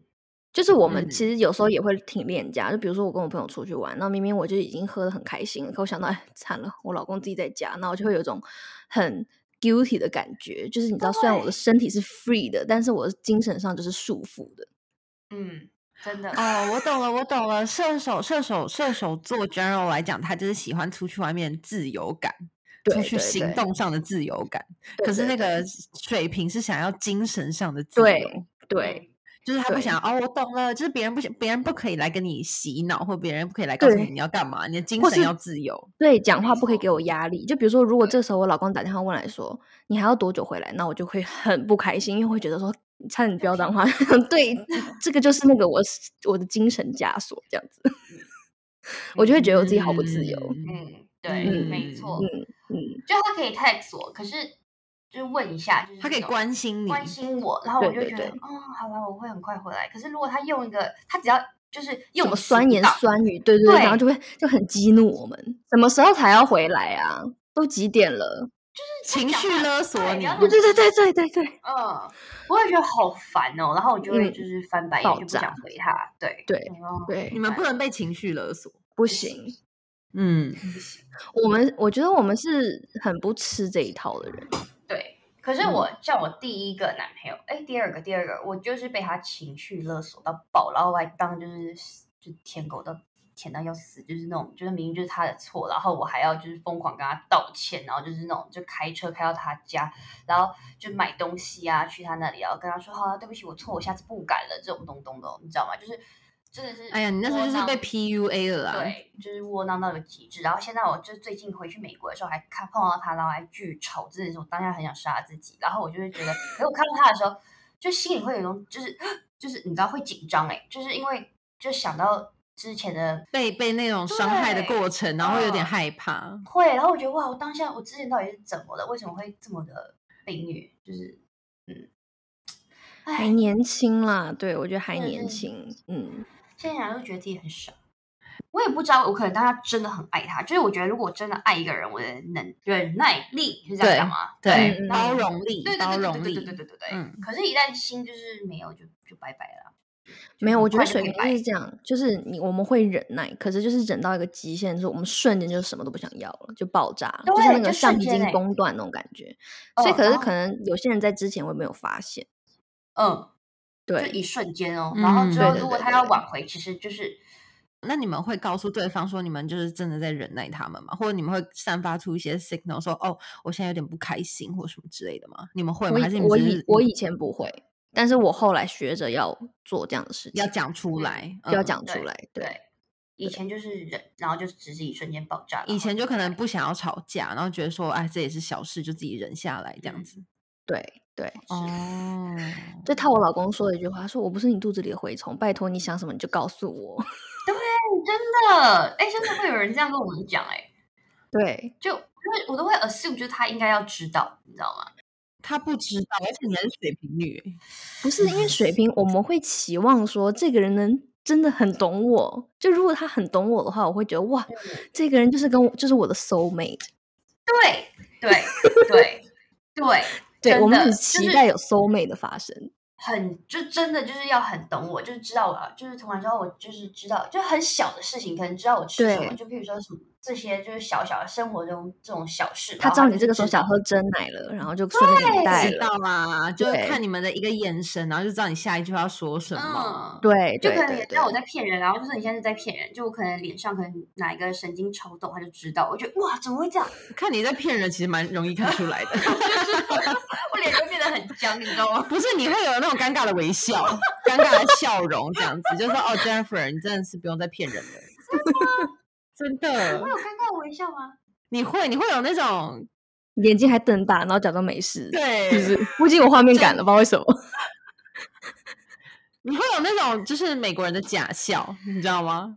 [SPEAKER 1] 就是我们
[SPEAKER 2] 嗯
[SPEAKER 1] 其实有时候也会挺恋家，就比如说我跟我朋友出去玩，那明明我就已经喝的很开心了，可我想到哎惨了，我老公自己在家，那我就会有一种很 guilty 的感觉，就是你知道，虽然我的
[SPEAKER 3] 对
[SPEAKER 1] 身体是 free 的，但是我的精神上就是束缚的。
[SPEAKER 3] 嗯，真的，
[SPEAKER 1] 啊
[SPEAKER 2] 哦，我懂了，我懂了。射手，射手，射手座 general 来讲，他就是喜欢出去外面自由感，出
[SPEAKER 1] 对
[SPEAKER 2] 去
[SPEAKER 1] 对
[SPEAKER 2] 行
[SPEAKER 1] 对
[SPEAKER 2] 动上的自由感。
[SPEAKER 1] 对
[SPEAKER 2] 可是
[SPEAKER 1] 对
[SPEAKER 2] 那
[SPEAKER 1] 对
[SPEAKER 2] 个水瓶是想要精神上的自
[SPEAKER 1] 对
[SPEAKER 2] 由，
[SPEAKER 1] 对
[SPEAKER 2] 就是他不
[SPEAKER 1] 对
[SPEAKER 2] 想哦，我懂了，就是别人不想，别人不可以来跟你洗脑，或别人不可以来告诉你
[SPEAKER 1] 对
[SPEAKER 2] 你要干嘛，你的精
[SPEAKER 1] 或
[SPEAKER 2] 神
[SPEAKER 1] 是
[SPEAKER 2] 要自由。
[SPEAKER 1] 对，讲
[SPEAKER 3] 没
[SPEAKER 1] 话不可以
[SPEAKER 3] 错
[SPEAKER 1] 给我压力。就比如说，如果
[SPEAKER 3] 对
[SPEAKER 1] 这时候我老公打电话问来说你还要多久回来，那我就会很不开心，因为会觉得说差点飙脏话。 [laughs] 对，这个就是那个我我的精神枷锁这样子， [laughs] 我就会觉得我自己好不自由。
[SPEAKER 3] 嗯，对，没
[SPEAKER 2] 嗯
[SPEAKER 3] 错，
[SPEAKER 1] 嗯嗯，
[SPEAKER 3] 就他可以 text 我，可是就是问一下，就是
[SPEAKER 2] 他可以
[SPEAKER 3] 那种
[SPEAKER 2] 关心你，
[SPEAKER 3] 关心我，然后我
[SPEAKER 1] 对
[SPEAKER 3] 就
[SPEAKER 1] 对
[SPEAKER 3] 觉得，
[SPEAKER 1] 对
[SPEAKER 3] 哦，好了，我会很快回来。可是如果他用一个，他只要就是
[SPEAKER 1] 什
[SPEAKER 3] 用
[SPEAKER 1] 么
[SPEAKER 3] 词
[SPEAKER 1] 酸
[SPEAKER 3] 不
[SPEAKER 1] 言
[SPEAKER 3] 到
[SPEAKER 1] 酸语，对对对，然后
[SPEAKER 3] 对
[SPEAKER 1] 就会就很激怒我们。什么时候才要回来啊？都几点了？
[SPEAKER 3] 就是
[SPEAKER 2] 情绪勒索你，
[SPEAKER 1] 对对对对对对对
[SPEAKER 3] 嗯，我也觉得好烦哦。然后我就会
[SPEAKER 1] 嗯
[SPEAKER 3] 就是翻白眼，
[SPEAKER 1] 爆
[SPEAKER 3] 就不
[SPEAKER 1] 炸
[SPEAKER 3] 想回他。对嗯
[SPEAKER 1] 对
[SPEAKER 3] 然后
[SPEAKER 1] 对
[SPEAKER 2] 你们不能被情绪勒索。
[SPEAKER 1] 不行，
[SPEAKER 2] 嗯，
[SPEAKER 1] 我们我觉得我们是很不吃这一套的人，
[SPEAKER 3] 对。可
[SPEAKER 2] 嗯
[SPEAKER 3] 是我像我第一个男朋友，哎，第二个第二个，我就是被他情绪勒索到爆，然后我还当就是就舔狗到舔到要死，就是那种就是明明就是他的错，然后我还要就是疯狂跟他道歉，然后就是那种就开车开到他家，然后就买东西啊，去他那里，然后跟他说好、啊对不起，我错，我下次不敢了，这种东东的哦，你知道吗？就是真的是窝囊，
[SPEAKER 2] 哎呀，你那时候就是被 PUA 了啦。
[SPEAKER 3] 对，就是窝囊到有极致。然后现在我就最近回去美国的时候，还看碰到他，然后还巨丑，真的是我当下很想杀自己。然后我就会觉得，可是我看到他的时候，就心里会有一种就是就是你知道会紧张哎、就是因为就想到之前的
[SPEAKER 2] 被被那种伤害的过程，然后有点
[SPEAKER 3] 嗯
[SPEAKER 2] 害怕。
[SPEAKER 3] 会，然后我觉得哇，我当下我之前到底是怎么了？为什么会这么的被虐？就是嗯，
[SPEAKER 1] 还
[SPEAKER 3] 哎，
[SPEAKER 1] 年轻啦，对我觉得还
[SPEAKER 3] 嗯
[SPEAKER 1] 年
[SPEAKER 3] 嗯
[SPEAKER 1] 轻，嗯，
[SPEAKER 3] 现在想就觉得自己很傻。我也不知道，我可能当下真的很爱他，就是我觉得如果我真的爱一个人，我的能忍耐力是这样讲吗？
[SPEAKER 1] 对嗯
[SPEAKER 2] 包容力
[SPEAKER 3] 对，
[SPEAKER 2] 包容力，
[SPEAKER 3] 对对对对对对。
[SPEAKER 2] 嗯
[SPEAKER 3] 可是，一旦心就是没有，就就拜拜了。
[SPEAKER 1] 没有，我觉得
[SPEAKER 3] 很快
[SPEAKER 1] 水
[SPEAKER 3] 就
[SPEAKER 1] 瓶
[SPEAKER 3] 拜拜
[SPEAKER 1] 就是这样，就是你我们会忍耐，可是就是忍到一个极限之后，我们瞬间就什么都不想要了，就爆炸了，就
[SPEAKER 3] 对
[SPEAKER 1] 像那
[SPEAKER 3] 就
[SPEAKER 1] 个橡
[SPEAKER 3] 瞬
[SPEAKER 1] 皮
[SPEAKER 3] 间
[SPEAKER 1] 筋
[SPEAKER 3] 欸
[SPEAKER 1] 崩断那种感觉。
[SPEAKER 3] 哦
[SPEAKER 1] 所以可
[SPEAKER 3] 然
[SPEAKER 1] 是
[SPEAKER 3] 后
[SPEAKER 1] 可能有些人在之前会没有发现，
[SPEAKER 3] 嗯，就
[SPEAKER 1] 对，
[SPEAKER 3] 一瞬间哦。
[SPEAKER 2] 嗯
[SPEAKER 3] 然后之后，
[SPEAKER 1] 对对
[SPEAKER 3] 如果
[SPEAKER 1] 对
[SPEAKER 3] 他
[SPEAKER 1] 对
[SPEAKER 3] 要
[SPEAKER 1] 对
[SPEAKER 3] 挽回，其实就是
[SPEAKER 2] 那你们会告诉对方说你们就是真的在忍耐他们吗？或者你们会散发出一些 signal 说哦，我现在有点不开心或什么之类的吗？你们会
[SPEAKER 1] 我
[SPEAKER 2] 吗？还是
[SPEAKER 1] 以
[SPEAKER 2] 你
[SPEAKER 1] 我
[SPEAKER 2] 们只
[SPEAKER 1] 以
[SPEAKER 2] 是
[SPEAKER 1] 我
[SPEAKER 2] 嗯
[SPEAKER 1] 以前不会，但是我后来学着要做这样的事情，
[SPEAKER 2] 要讲出来？
[SPEAKER 1] 就要
[SPEAKER 2] 嗯。
[SPEAKER 1] 讲出
[SPEAKER 3] 对
[SPEAKER 1] 来，
[SPEAKER 3] 对
[SPEAKER 1] 对，
[SPEAKER 3] 以前就是忍，然后就只是一瞬间爆炸。哦
[SPEAKER 2] 以前就可能
[SPEAKER 3] 不。
[SPEAKER 2] 不想要吵架，然后觉得说哎，这也是小事，就自己忍下来这样
[SPEAKER 3] 嗯
[SPEAKER 2] 子。
[SPEAKER 1] 对对。
[SPEAKER 2] 哦，
[SPEAKER 1] 就套我老公说的一句话，他说我不是你肚子里的蛔虫，拜托你想什么你就告诉我。 [laughs]
[SPEAKER 3] 真的，哎，真的会有人这样跟我们讲，哎，
[SPEAKER 1] 对，
[SPEAKER 3] 就因为我都会 assume 就是他应该要知道，你知道吗？
[SPEAKER 2] 他不知道，而且你还是水瓶女，
[SPEAKER 1] 不是
[SPEAKER 3] 嗯
[SPEAKER 1] 因为水瓶，我们会期望说这个人能真的很懂我。就如果他很懂我的话，我会觉得哇，
[SPEAKER 3] 嗯
[SPEAKER 1] 这个人就是跟我就是我的 soul mate。
[SPEAKER 3] 对对对对
[SPEAKER 1] 对
[SPEAKER 3] 真
[SPEAKER 1] 我们
[SPEAKER 3] 的
[SPEAKER 1] 很
[SPEAKER 3] 就
[SPEAKER 1] 期
[SPEAKER 3] 是
[SPEAKER 1] 待有 soul mate 的发生。
[SPEAKER 3] 很就真的就是要很懂我，就是知道我要，就是从来之后我就是知道，就很小的事情，可能知道我吃什么，
[SPEAKER 1] 对
[SPEAKER 3] 就譬如说什么这些就是小小的生活中这种小事，
[SPEAKER 1] 他
[SPEAKER 3] 然后
[SPEAKER 1] 知道你
[SPEAKER 3] 哦
[SPEAKER 1] 这
[SPEAKER 3] 就
[SPEAKER 1] 个时候
[SPEAKER 3] 知道
[SPEAKER 1] 想喝真奶了，然
[SPEAKER 3] 哦
[SPEAKER 1] 后就顺便给你带
[SPEAKER 2] 知
[SPEAKER 1] 了。
[SPEAKER 2] 道啦，就
[SPEAKER 1] 对
[SPEAKER 2] 看你们的一个眼神，然后就知道你下一句要说什么。
[SPEAKER 3] 嗯，
[SPEAKER 1] 对，
[SPEAKER 3] 就
[SPEAKER 1] 对
[SPEAKER 3] 可能
[SPEAKER 1] 对
[SPEAKER 3] 也知
[SPEAKER 1] 对
[SPEAKER 3] 道，我在骗人，然后就是你现在是在骗人，就我可能脸上可能哪一个神经抽动，他就知道，我觉得哇，怎么会这样？ [laughs]
[SPEAKER 2] 看你在骗人，其实蛮容易看出来的。
[SPEAKER 3] 我脸就变得很僵，你知
[SPEAKER 1] [laughs]
[SPEAKER 3] 道吗？
[SPEAKER 2] 不是你会有那种尴尬的微笑， [laughs] 尴尬的笑容，这样子，就说哦，Jennifer，你真的是不用再骗人了， [laughs] 真的
[SPEAKER 3] 我，有尴尬微笑吗？
[SPEAKER 2] 你会你会有那种
[SPEAKER 1] 眼睛还瞪大，然后假装没事，就
[SPEAKER 2] 对，
[SPEAKER 1] 是估计有画面感了，不知道为什么。
[SPEAKER 2] 你会有那种就是美国人的假笑，你知道吗？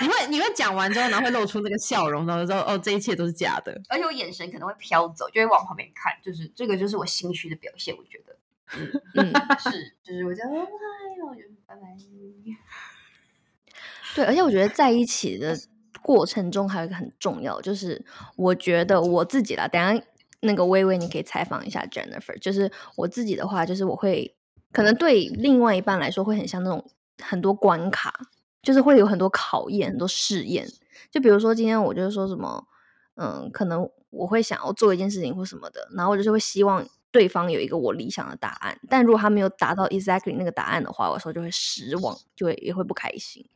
[SPEAKER 2] 你会你会讲完之后，然后会露出那个笑容，然后说哦，这一切都是假的。
[SPEAKER 3] 而且我眼神可能会飘走，就会往旁边看，就是这个就是我心虚的表现，我觉得。
[SPEAKER 1] [laughs] 嗯，
[SPEAKER 3] 是，就是我觉得，哎呦，我就拜拜。
[SPEAKER 1] 对，而且我觉得在一起的过程中还有一个很重要的，就是我觉得我自己啦，等一下那个微微你可以采访一下 Jennifer，就是我自己的话，就是我会可能对另外一半来说会很像那种很多关卡，就是会有很多考验、很多试验。就比如说今天我就是说什么，嗯，可能我会想要做一件事情或什么的，然后我就是会希望。对方有一个我理想的答案，但如果他没有达到 exactly 那个答案的话，我有时候就会失望，就会也会不开心。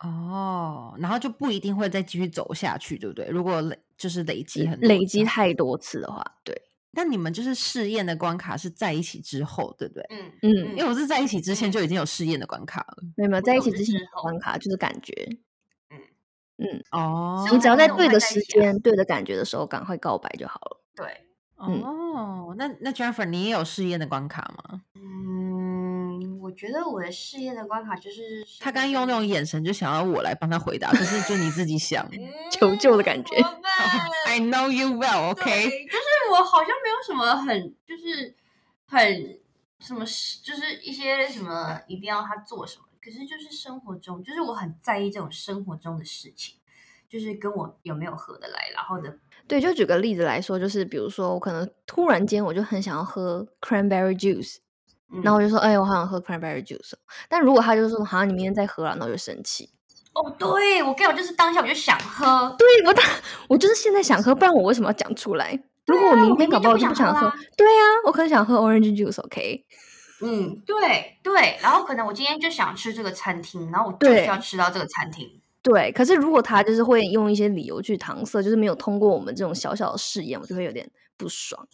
[SPEAKER 2] 哦，然后就不一定会再继续走下去，对不对？如果累就是累积很多
[SPEAKER 1] 累积
[SPEAKER 2] 这样
[SPEAKER 1] 太多次的话，对，
[SPEAKER 2] 但你们就是试验的关卡是在一起之后，对不对？
[SPEAKER 3] 嗯
[SPEAKER 1] 嗯
[SPEAKER 2] 因为我是在一起之前就已经有试验的关卡了。
[SPEAKER 1] 没有没有
[SPEAKER 3] 不
[SPEAKER 1] 在一
[SPEAKER 3] 懂
[SPEAKER 1] 起
[SPEAKER 3] 的
[SPEAKER 1] 之前
[SPEAKER 3] 时
[SPEAKER 1] 的
[SPEAKER 3] 候
[SPEAKER 1] 关卡就是感觉，
[SPEAKER 2] 哦
[SPEAKER 3] 所以
[SPEAKER 1] 你只要
[SPEAKER 3] 那
[SPEAKER 1] 在
[SPEAKER 3] 我
[SPEAKER 1] 对
[SPEAKER 3] 们
[SPEAKER 1] 的
[SPEAKER 3] 在一
[SPEAKER 1] 时
[SPEAKER 3] 起啊
[SPEAKER 1] 间、对的感觉的时候，赶快告白就好了。
[SPEAKER 3] 对，
[SPEAKER 1] 嗯
[SPEAKER 2] 哦，那那 Jennifer，你也有试验的关卡吗？
[SPEAKER 3] 嗯，我觉得我的试验的关卡就是
[SPEAKER 2] 他刚
[SPEAKER 3] 嗯
[SPEAKER 2] 用那种眼神就想要我来帮他回答，可是就你自己想。
[SPEAKER 1] 求救的感觉
[SPEAKER 3] 嗯怎么办
[SPEAKER 1] [laughs]
[SPEAKER 2] I know you well, OK？
[SPEAKER 3] [laughs] 对就是我好像没有什么很，就是很什么事，就是一些什么一定要他做什么。可是就是生活中，就是我很在意这种生活中的事情，就是跟我有没有合得来，然后呢，
[SPEAKER 1] 对，就举个例子来说，就是比如说我可能突然间我就很想要喝 cranberry juice，
[SPEAKER 3] 嗯
[SPEAKER 1] 然后我就说，哎、我好想喝 cranberry juice 哦。但如果他就说，好，你明天再喝了，那我就生气。
[SPEAKER 3] 哦，对我跟我就是当下我就想喝，
[SPEAKER 1] 对我当，我就是现在想喝，不然我为什么要讲出来？如果我
[SPEAKER 3] 对啊
[SPEAKER 1] 明
[SPEAKER 3] 我
[SPEAKER 1] 天
[SPEAKER 3] 明
[SPEAKER 1] 搞
[SPEAKER 3] 天
[SPEAKER 1] 不好
[SPEAKER 3] 就
[SPEAKER 1] 就
[SPEAKER 3] 不
[SPEAKER 1] 不
[SPEAKER 3] 想
[SPEAKER 1] 想
[SPEAKER 3] 喝
[SPEAKER 1] 喝
[SPEAKER 3] 啦，
[SPEAKER 1] 对啊呀、我可能想喝 orange juice，OK？、
[SPEAKER 3] 嗯，对对，然后可能我今天就想吃这个餐厅，然后我就是
[SPEAKER 1] 对
[SPEAKER 3] 要吃到这个餐厅，
[SPEAKER 1] 对，可是如果他就是会用一些理由去搪塞，就是没有通过我们这种小小的试验，我就会有点不爽。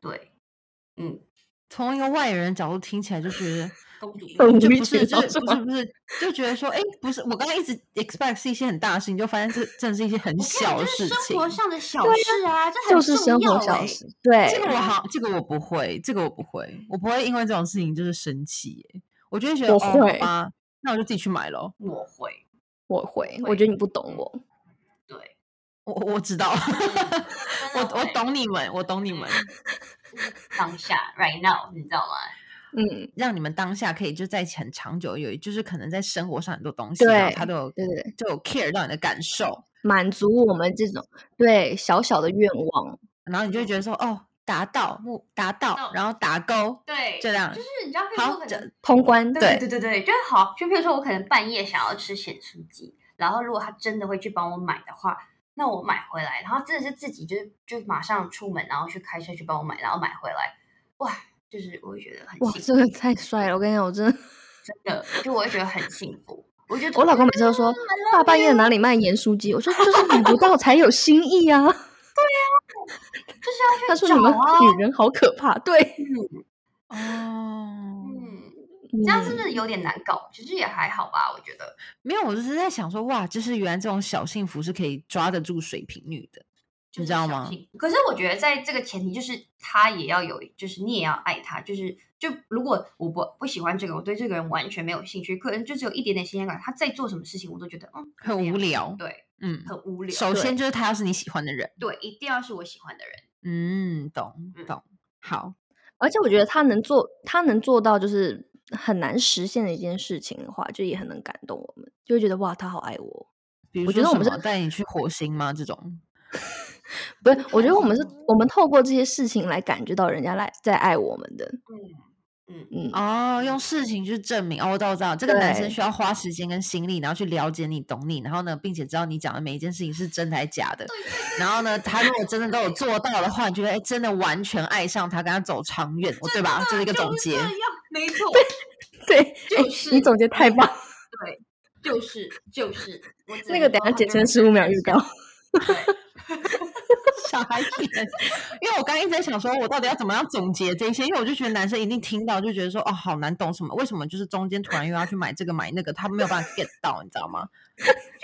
[SPEAKER 3] 对，
[SPEAKER 2] 从一个外人角度听起来就觉得
[SPEAKER 3] 公主
[SPEAKER 1] 很 [laughs]
[SPEAKER 2] 就
[SPEAKER 1] 无理
[SPEAKER 2] 不
[SPEAKER 1] 取
[SPEAKER 2] 是就
[SPEAKER 1] 闹
[SPEAKER 2] 是
[SPEAKER 1] 是
[SPEAKER 2] 不是不是，就觉得说，哎，不是，我刚刚一直 expect 是一些很大的事情，就发现这真的是一些很小
[SPEAKER 3] 我
[SPEAKER 2] 的
[SPEAKER 3] 跟
[SPEAKER 2] 事
[SPEAKER 3] 你就是
[SPEAKER 2] 情
[SPEAKER 3] 生。活上的小
[SPEAKER 1] 对啊
[SPEAKER 3] 事啊，这很
[SPEAKER 1] 就是生
[SPEAKER 3] 重要
[SPEAKER 1] 活小
[SPEAKER 3] 欸
[SPEAKER 1] 事，对，
[SPEAKER 2] 这个我好，这个我不会，这个我不会，我不会因为这种事情就是生气耶，我就会觉得
[SPEAKER 1] 我
[SPEAKER 2] 哦，好
[SPEAKER 1] 会
[SPEAKER 2] 吧，那我就自己去买咯。
[SPEAKER 3] 我会，
[SPEAKER 1] 我会，
[SPEAKER 3] 会
[SPEAKER 1] 我觉得你不懂我。
[SPEAKER 3] 对，
[SPEAKER 2] 我我知道，
[SPEAKER 3] 真
[SPEAKER 2] 我
[SPEAKER 3] 的
[SPEAKER 2] 我
[SPEAKER 3] 会
[SPEAKER 2] 懂你们，我懂你们，
[SPEAKER 3] 当下 right now，你知道吗？
[SPEAKER 1] 嗯，
[SPEAKER 2] 让你们当下可以就在一起很长久，有就是可能在生活上很多东西，然后
[SPEAKER 1] 对
[SPEAKER 2] 他都有
[SPEAKER 1] 对对对，
[SPEAKER 2] 就有 care 到你的感受，
[SPEAKER 1] 满足我们这种对小小的愿望，
[SPEAKER 2] 然后你就会觉得说哦，达到目达
[SPEAKER 3] 到
[SPEAKER 2] 到，然后打勾，
[SPEAKER 3] 对，
[SPEAKER 2] 这样
[SPEAKER 3] 就是你知道，譬如说
[SPEAKER 2] 好，
[SPEAKER 3] 可
[SPEAKER 2] 这
[SPEAKER 3] 能
[SPEAKER 1] 通关。
[SPEAKER 2] 对
[SPEAKER 3] 对对对，就好，就譬如说我可能半夜想要吃咸酥鸡，然后如果他真的会去帮我买的话，那我买回来，然后真的是自己就是就马上出门，然后去开车去帮我买，然后买回来，哇，就是我会觉得很
[SPEAKER 1] 哇，
[SPEAKER 3] 幸福，
[SPEAKER 1] 这个太帅了！我跟你讲，我真
[SPEAKER 3] [laughs]
[SPEAKER 1] 的，
[SPEAKER 3] 真的，就我会觉得很幸福。我觉得
[SPEAKER 1] 我老公每次都说大半
[SPEAKER 3] 哦
[SPEAKER 1] 夜哪里卖盐酥鸡，我说就是买不到才有新意啊。
[SPEAKER 3] 就是
[SPEAKER 1] 他
[SPEAKER 3] 要
[SPEAKER 1] 说
[SPEAKER 3] 去
[SPEAKER 1] 你
[SPEAKER 3] 找
[SPEAKER 1] 们
[SPEAKER 3] 啊，
[SPEAKER 1] 女人好可怕，对，
[SPEAKER 2] 哦，
[SPEAKER 3] 嗯，
[SPEAKER 1] 嗯
[SPEAKER 3] 这样是不是有点难搞？其实也还好吧，我觉得。
[SPEAKER 2] 没有，我只是在想说，哇，就是原来这种小幸福是可以抓得住水瓶女的，
[SPEAKER 3] 就
[SPEAKER 2] 你
[SPEAKER 3] 是
[SPEAKER 2] 知道
[SPEAKER 3] 小
[SPEAKER 2] 吗？
[SPEAKER 3] 幸福可是我觉得在这个前提，就是他也要有，就是你也要爱他。就是就如果我不不喜欢这个，我对这个人完全没有兴趣，可能就只有一点点新鲜感。他在做什么事情，我都觉得嗯
[SPEAKER 2] 很
[SPEAKER 3] 就那样
[SPEAKER 2] 无聊，
[SPEAKER 3] 对，
[SPEAKER 2] 嗯，
[SPEAKER 3] 很无聊。
[SPEAKER 2] 首
[SPEAKER 1] 对
[SPEAKER 2] 先就是他要是你喜欢的人，
[SPEAKER 3] 对，一定要是我喜欢的人。
[SPEAKER 2] 嗯，懂
[SPEAKER 3] 嗯
[SPEAKER 2] 懂，好，
[SPEAKER 1] 而且我觉得他能做，他能做到就是很难实现的一件事情的话，就也很能感动我们，就会觉得哇，他好爱我。
[SPEAKER 2] 比如
[SPEAKER 1] 我觉
[SPEAKER 2] 说
[SPEAKER 1] 得我
[SPEAKER 2] 什
[SPEAKER 1] 们是
[SPEAKER 2] 么带你去火星吗？这种，
[SPEAKER 1] 不是，我觉得我们是，我们透过这些事情来感觉到人家来在爱我们的，
[SPEAKER 3] 嗯，
[SPEAKER 1] 嗯，
[SPEAKER 2] 哦，用事情去证明，哦，我知道，我知道，这个男生
[SPEAKER 1] 对
[SPEAKER 2] 需要花时间跟心力，然后去了解你、懂你，然后呢，并且知道你讲的每一件事情是真的还是假的。然后呢，他如果真的都有做到的话，你觉得哎，真的完全爱上他，跟他走长远，哦对吧？这是一个总结
[SPEAKER 3] 就。是这样没错，
[SPEAKER 1] 对，
[SPEAKER 3] 就
[SPEAKER 1] 哎
[SPEAKER 3] 是
[SPEAKER 1] 你总结太棒，
[SPEAKER 3] 就是就是。我只
[SPEAKER 1] 那
[SPEAKER 3] 能
[SPEAKER 1] 个等
[SPEAKER 3] 说
[SPEAKER 1] 下
[SPEAKER 3] 他
[SPEAKER 1] 剪
[SPEAKER 3] 真的
[SPEAKER 1] 成十五秒预告。
[SPEAKER 3] 对
[SPEAKER 2] 小孩子，因为我刚刚一直在想说，我到底要怎么样总结这些？因为我就觉得男生一定听到就觉得说，哦，好难懂什么？为什么就是中间突然又要去买这个买那个，他没有办法 get 到，你知道吗？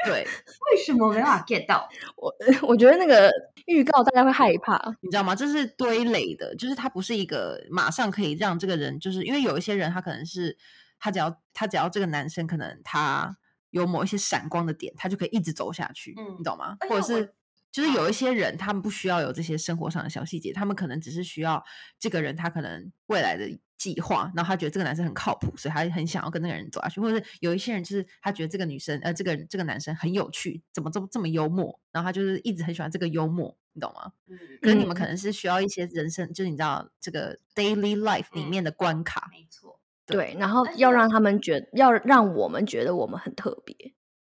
[SPEAKER 2] 对，
[SPEAKER 3] 为什么没办法 get 到？
[SPEAKER 1] 我 [laughs] 我觉得那个预告大家会害怕，
[SPEAKER 2] 你知道吗？这是堆垒的，就是它不是一个马上可以让这个人，就是因为有一些人他可能是他只要他只要这个男生可能他有某一些闪光的点，他就可以一直走下去，
[SPEAKER 3] 嗯
[SPEAKER 2] 你懂吗
[SPEAKER 3] 而？
[SPEAKER 2] 或者
[SPEAKER 3] 且我
[SPEAKER 2] 是就是有一些人他们不需要有这些生活上的小细节，他们可能只是需要这个人他可能未来的计划，然后他觉得这个男生很靠谱，所以他很想要跟那个人走下去，或者是有一些人就是他觉得这个女生呃这个这个男生很有趣，怎么这么这么幽默，然后他就是一直很喜欢这个幽默，你懂吗？
[SPEAKER 3] 嗯，
[SPEAKER 2] 可是你们可能是需要一些人生，就是你知道这个 daily life 里
[SPEAKER 3] 嗯
[SPEAKER 2] 面的关卡。
[SPEAKER 3] 没错，
[SPEAKER 1] 对，然后
[SPEAKER 3] 而且
[SPEAKER 1] 要
[SPEAKER 3] 我
[SPEAKER 1] 让他们觉，要让我们觉得我们很特别，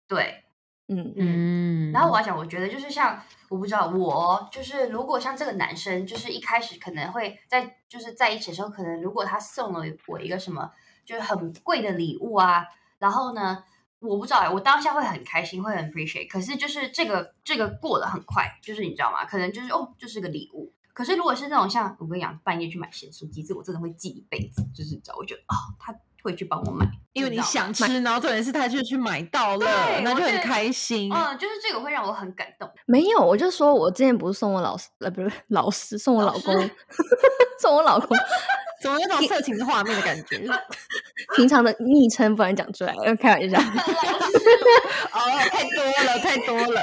[SPEAKER 3] 对，
[SPEAKER 1] 嗯，
[SPEAKER 3] 嗯。
[SPEAKER 2] 嗯
[SPEAKER 3] 然后我要讲，我觉得就是像我不知道，我就是如果像这个男生，就是一开始可能会在就是在一起的时候，可能如果他送了我一个什么就是很贵的礼物啊，然后呢，我不知道哎，我当下会很开心，会很 appreciate。可是就是这个这个过得很快，就是你知道吗？可能就是哦，就是个礼物。可是如果是那种像我跟你讲，半夜去买咸酥鸡，这我真的会记一辈子，就是你知道，我觉得哦，他会去帮我买，
[SPEAKER 2] 因为
[SPEAKER 3] 知
[SPEAKER 2] 你
[SPEAKER 3] 道吗
[SPEAKER 2] 想吃，然后重点是他就去买到了，
[SPEAKER 3] 对
[SPEAKER 2] 那
[SPEAKER 3] 我
[SPEAKER 2] 就
[SPEAKER 3] 觉
[SPEAKER 2] 很
[SPEAKER 3] 得
[SPEAKER 2] 开心。
[SPEAKER 3] 嗯，就是这个会让我很感
[SPEAKER 2] [laughs]
[SPEAKER 3] 动。
[SPEAKER 1] 没有，我就说我之前不是送我老师，呃，不是老师，送我
[SPEAKER 3] 老
[SPEAKER 1] 老
[SPEAKER 3] 师
[SPEAKER 1] 公， [laughs] 送我老公
[SPEAKER 2] 怎么有种色情的画面的感觉？
[SPEAKER 1] 平常的昵称，不然讲出来，呃开玩笑。
[SPEAKER 3] 老师
[SPEAKER 2] 哦，太多了，太多了。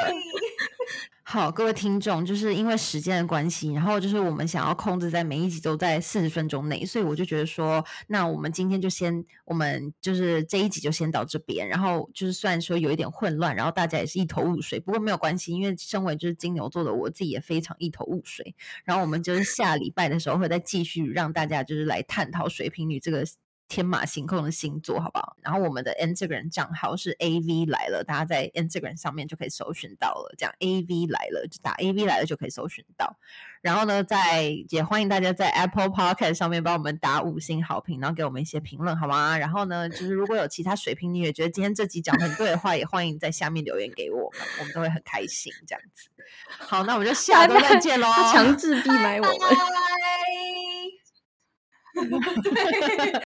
[SPEAKER 2] 好，各位听众，就是因为时间的关系，然后就是我们想要控制在每一集都在四十分钟内，所以我就觉得说，那我们今天就先，我们就是这一集就先到这边。然后就是虽然说有一点混乱，然后大家也是一头雾水，不过没有关系，因为身为就是金牛座的我自己也非常一头雾水。然后我们就是下礼拜的时候会再继续让大家就是来探讨水瓶女这个天马行空的星座，好不好？然后我们的 Instagram 账号是 AV 来了，大家在 Instagram 上面就可以搜寻到了。这样 AV 来了，就打 AV 来了就可以搜寻到。然后呢，在也欢迎大家在 Apple Podcast 上面帮我们打五星好评，然后给我们一些评论，好吗？然后呢，就是如果有其他水瓶你也觉得今天这集讲得很对的话，也欢迎在下面留言给我们，我们都会很开心。这样子，好，那我们就下周再见喽。
[SPEAKER 1] 他强制逼买我们。
[SPEAKER 3] 拜。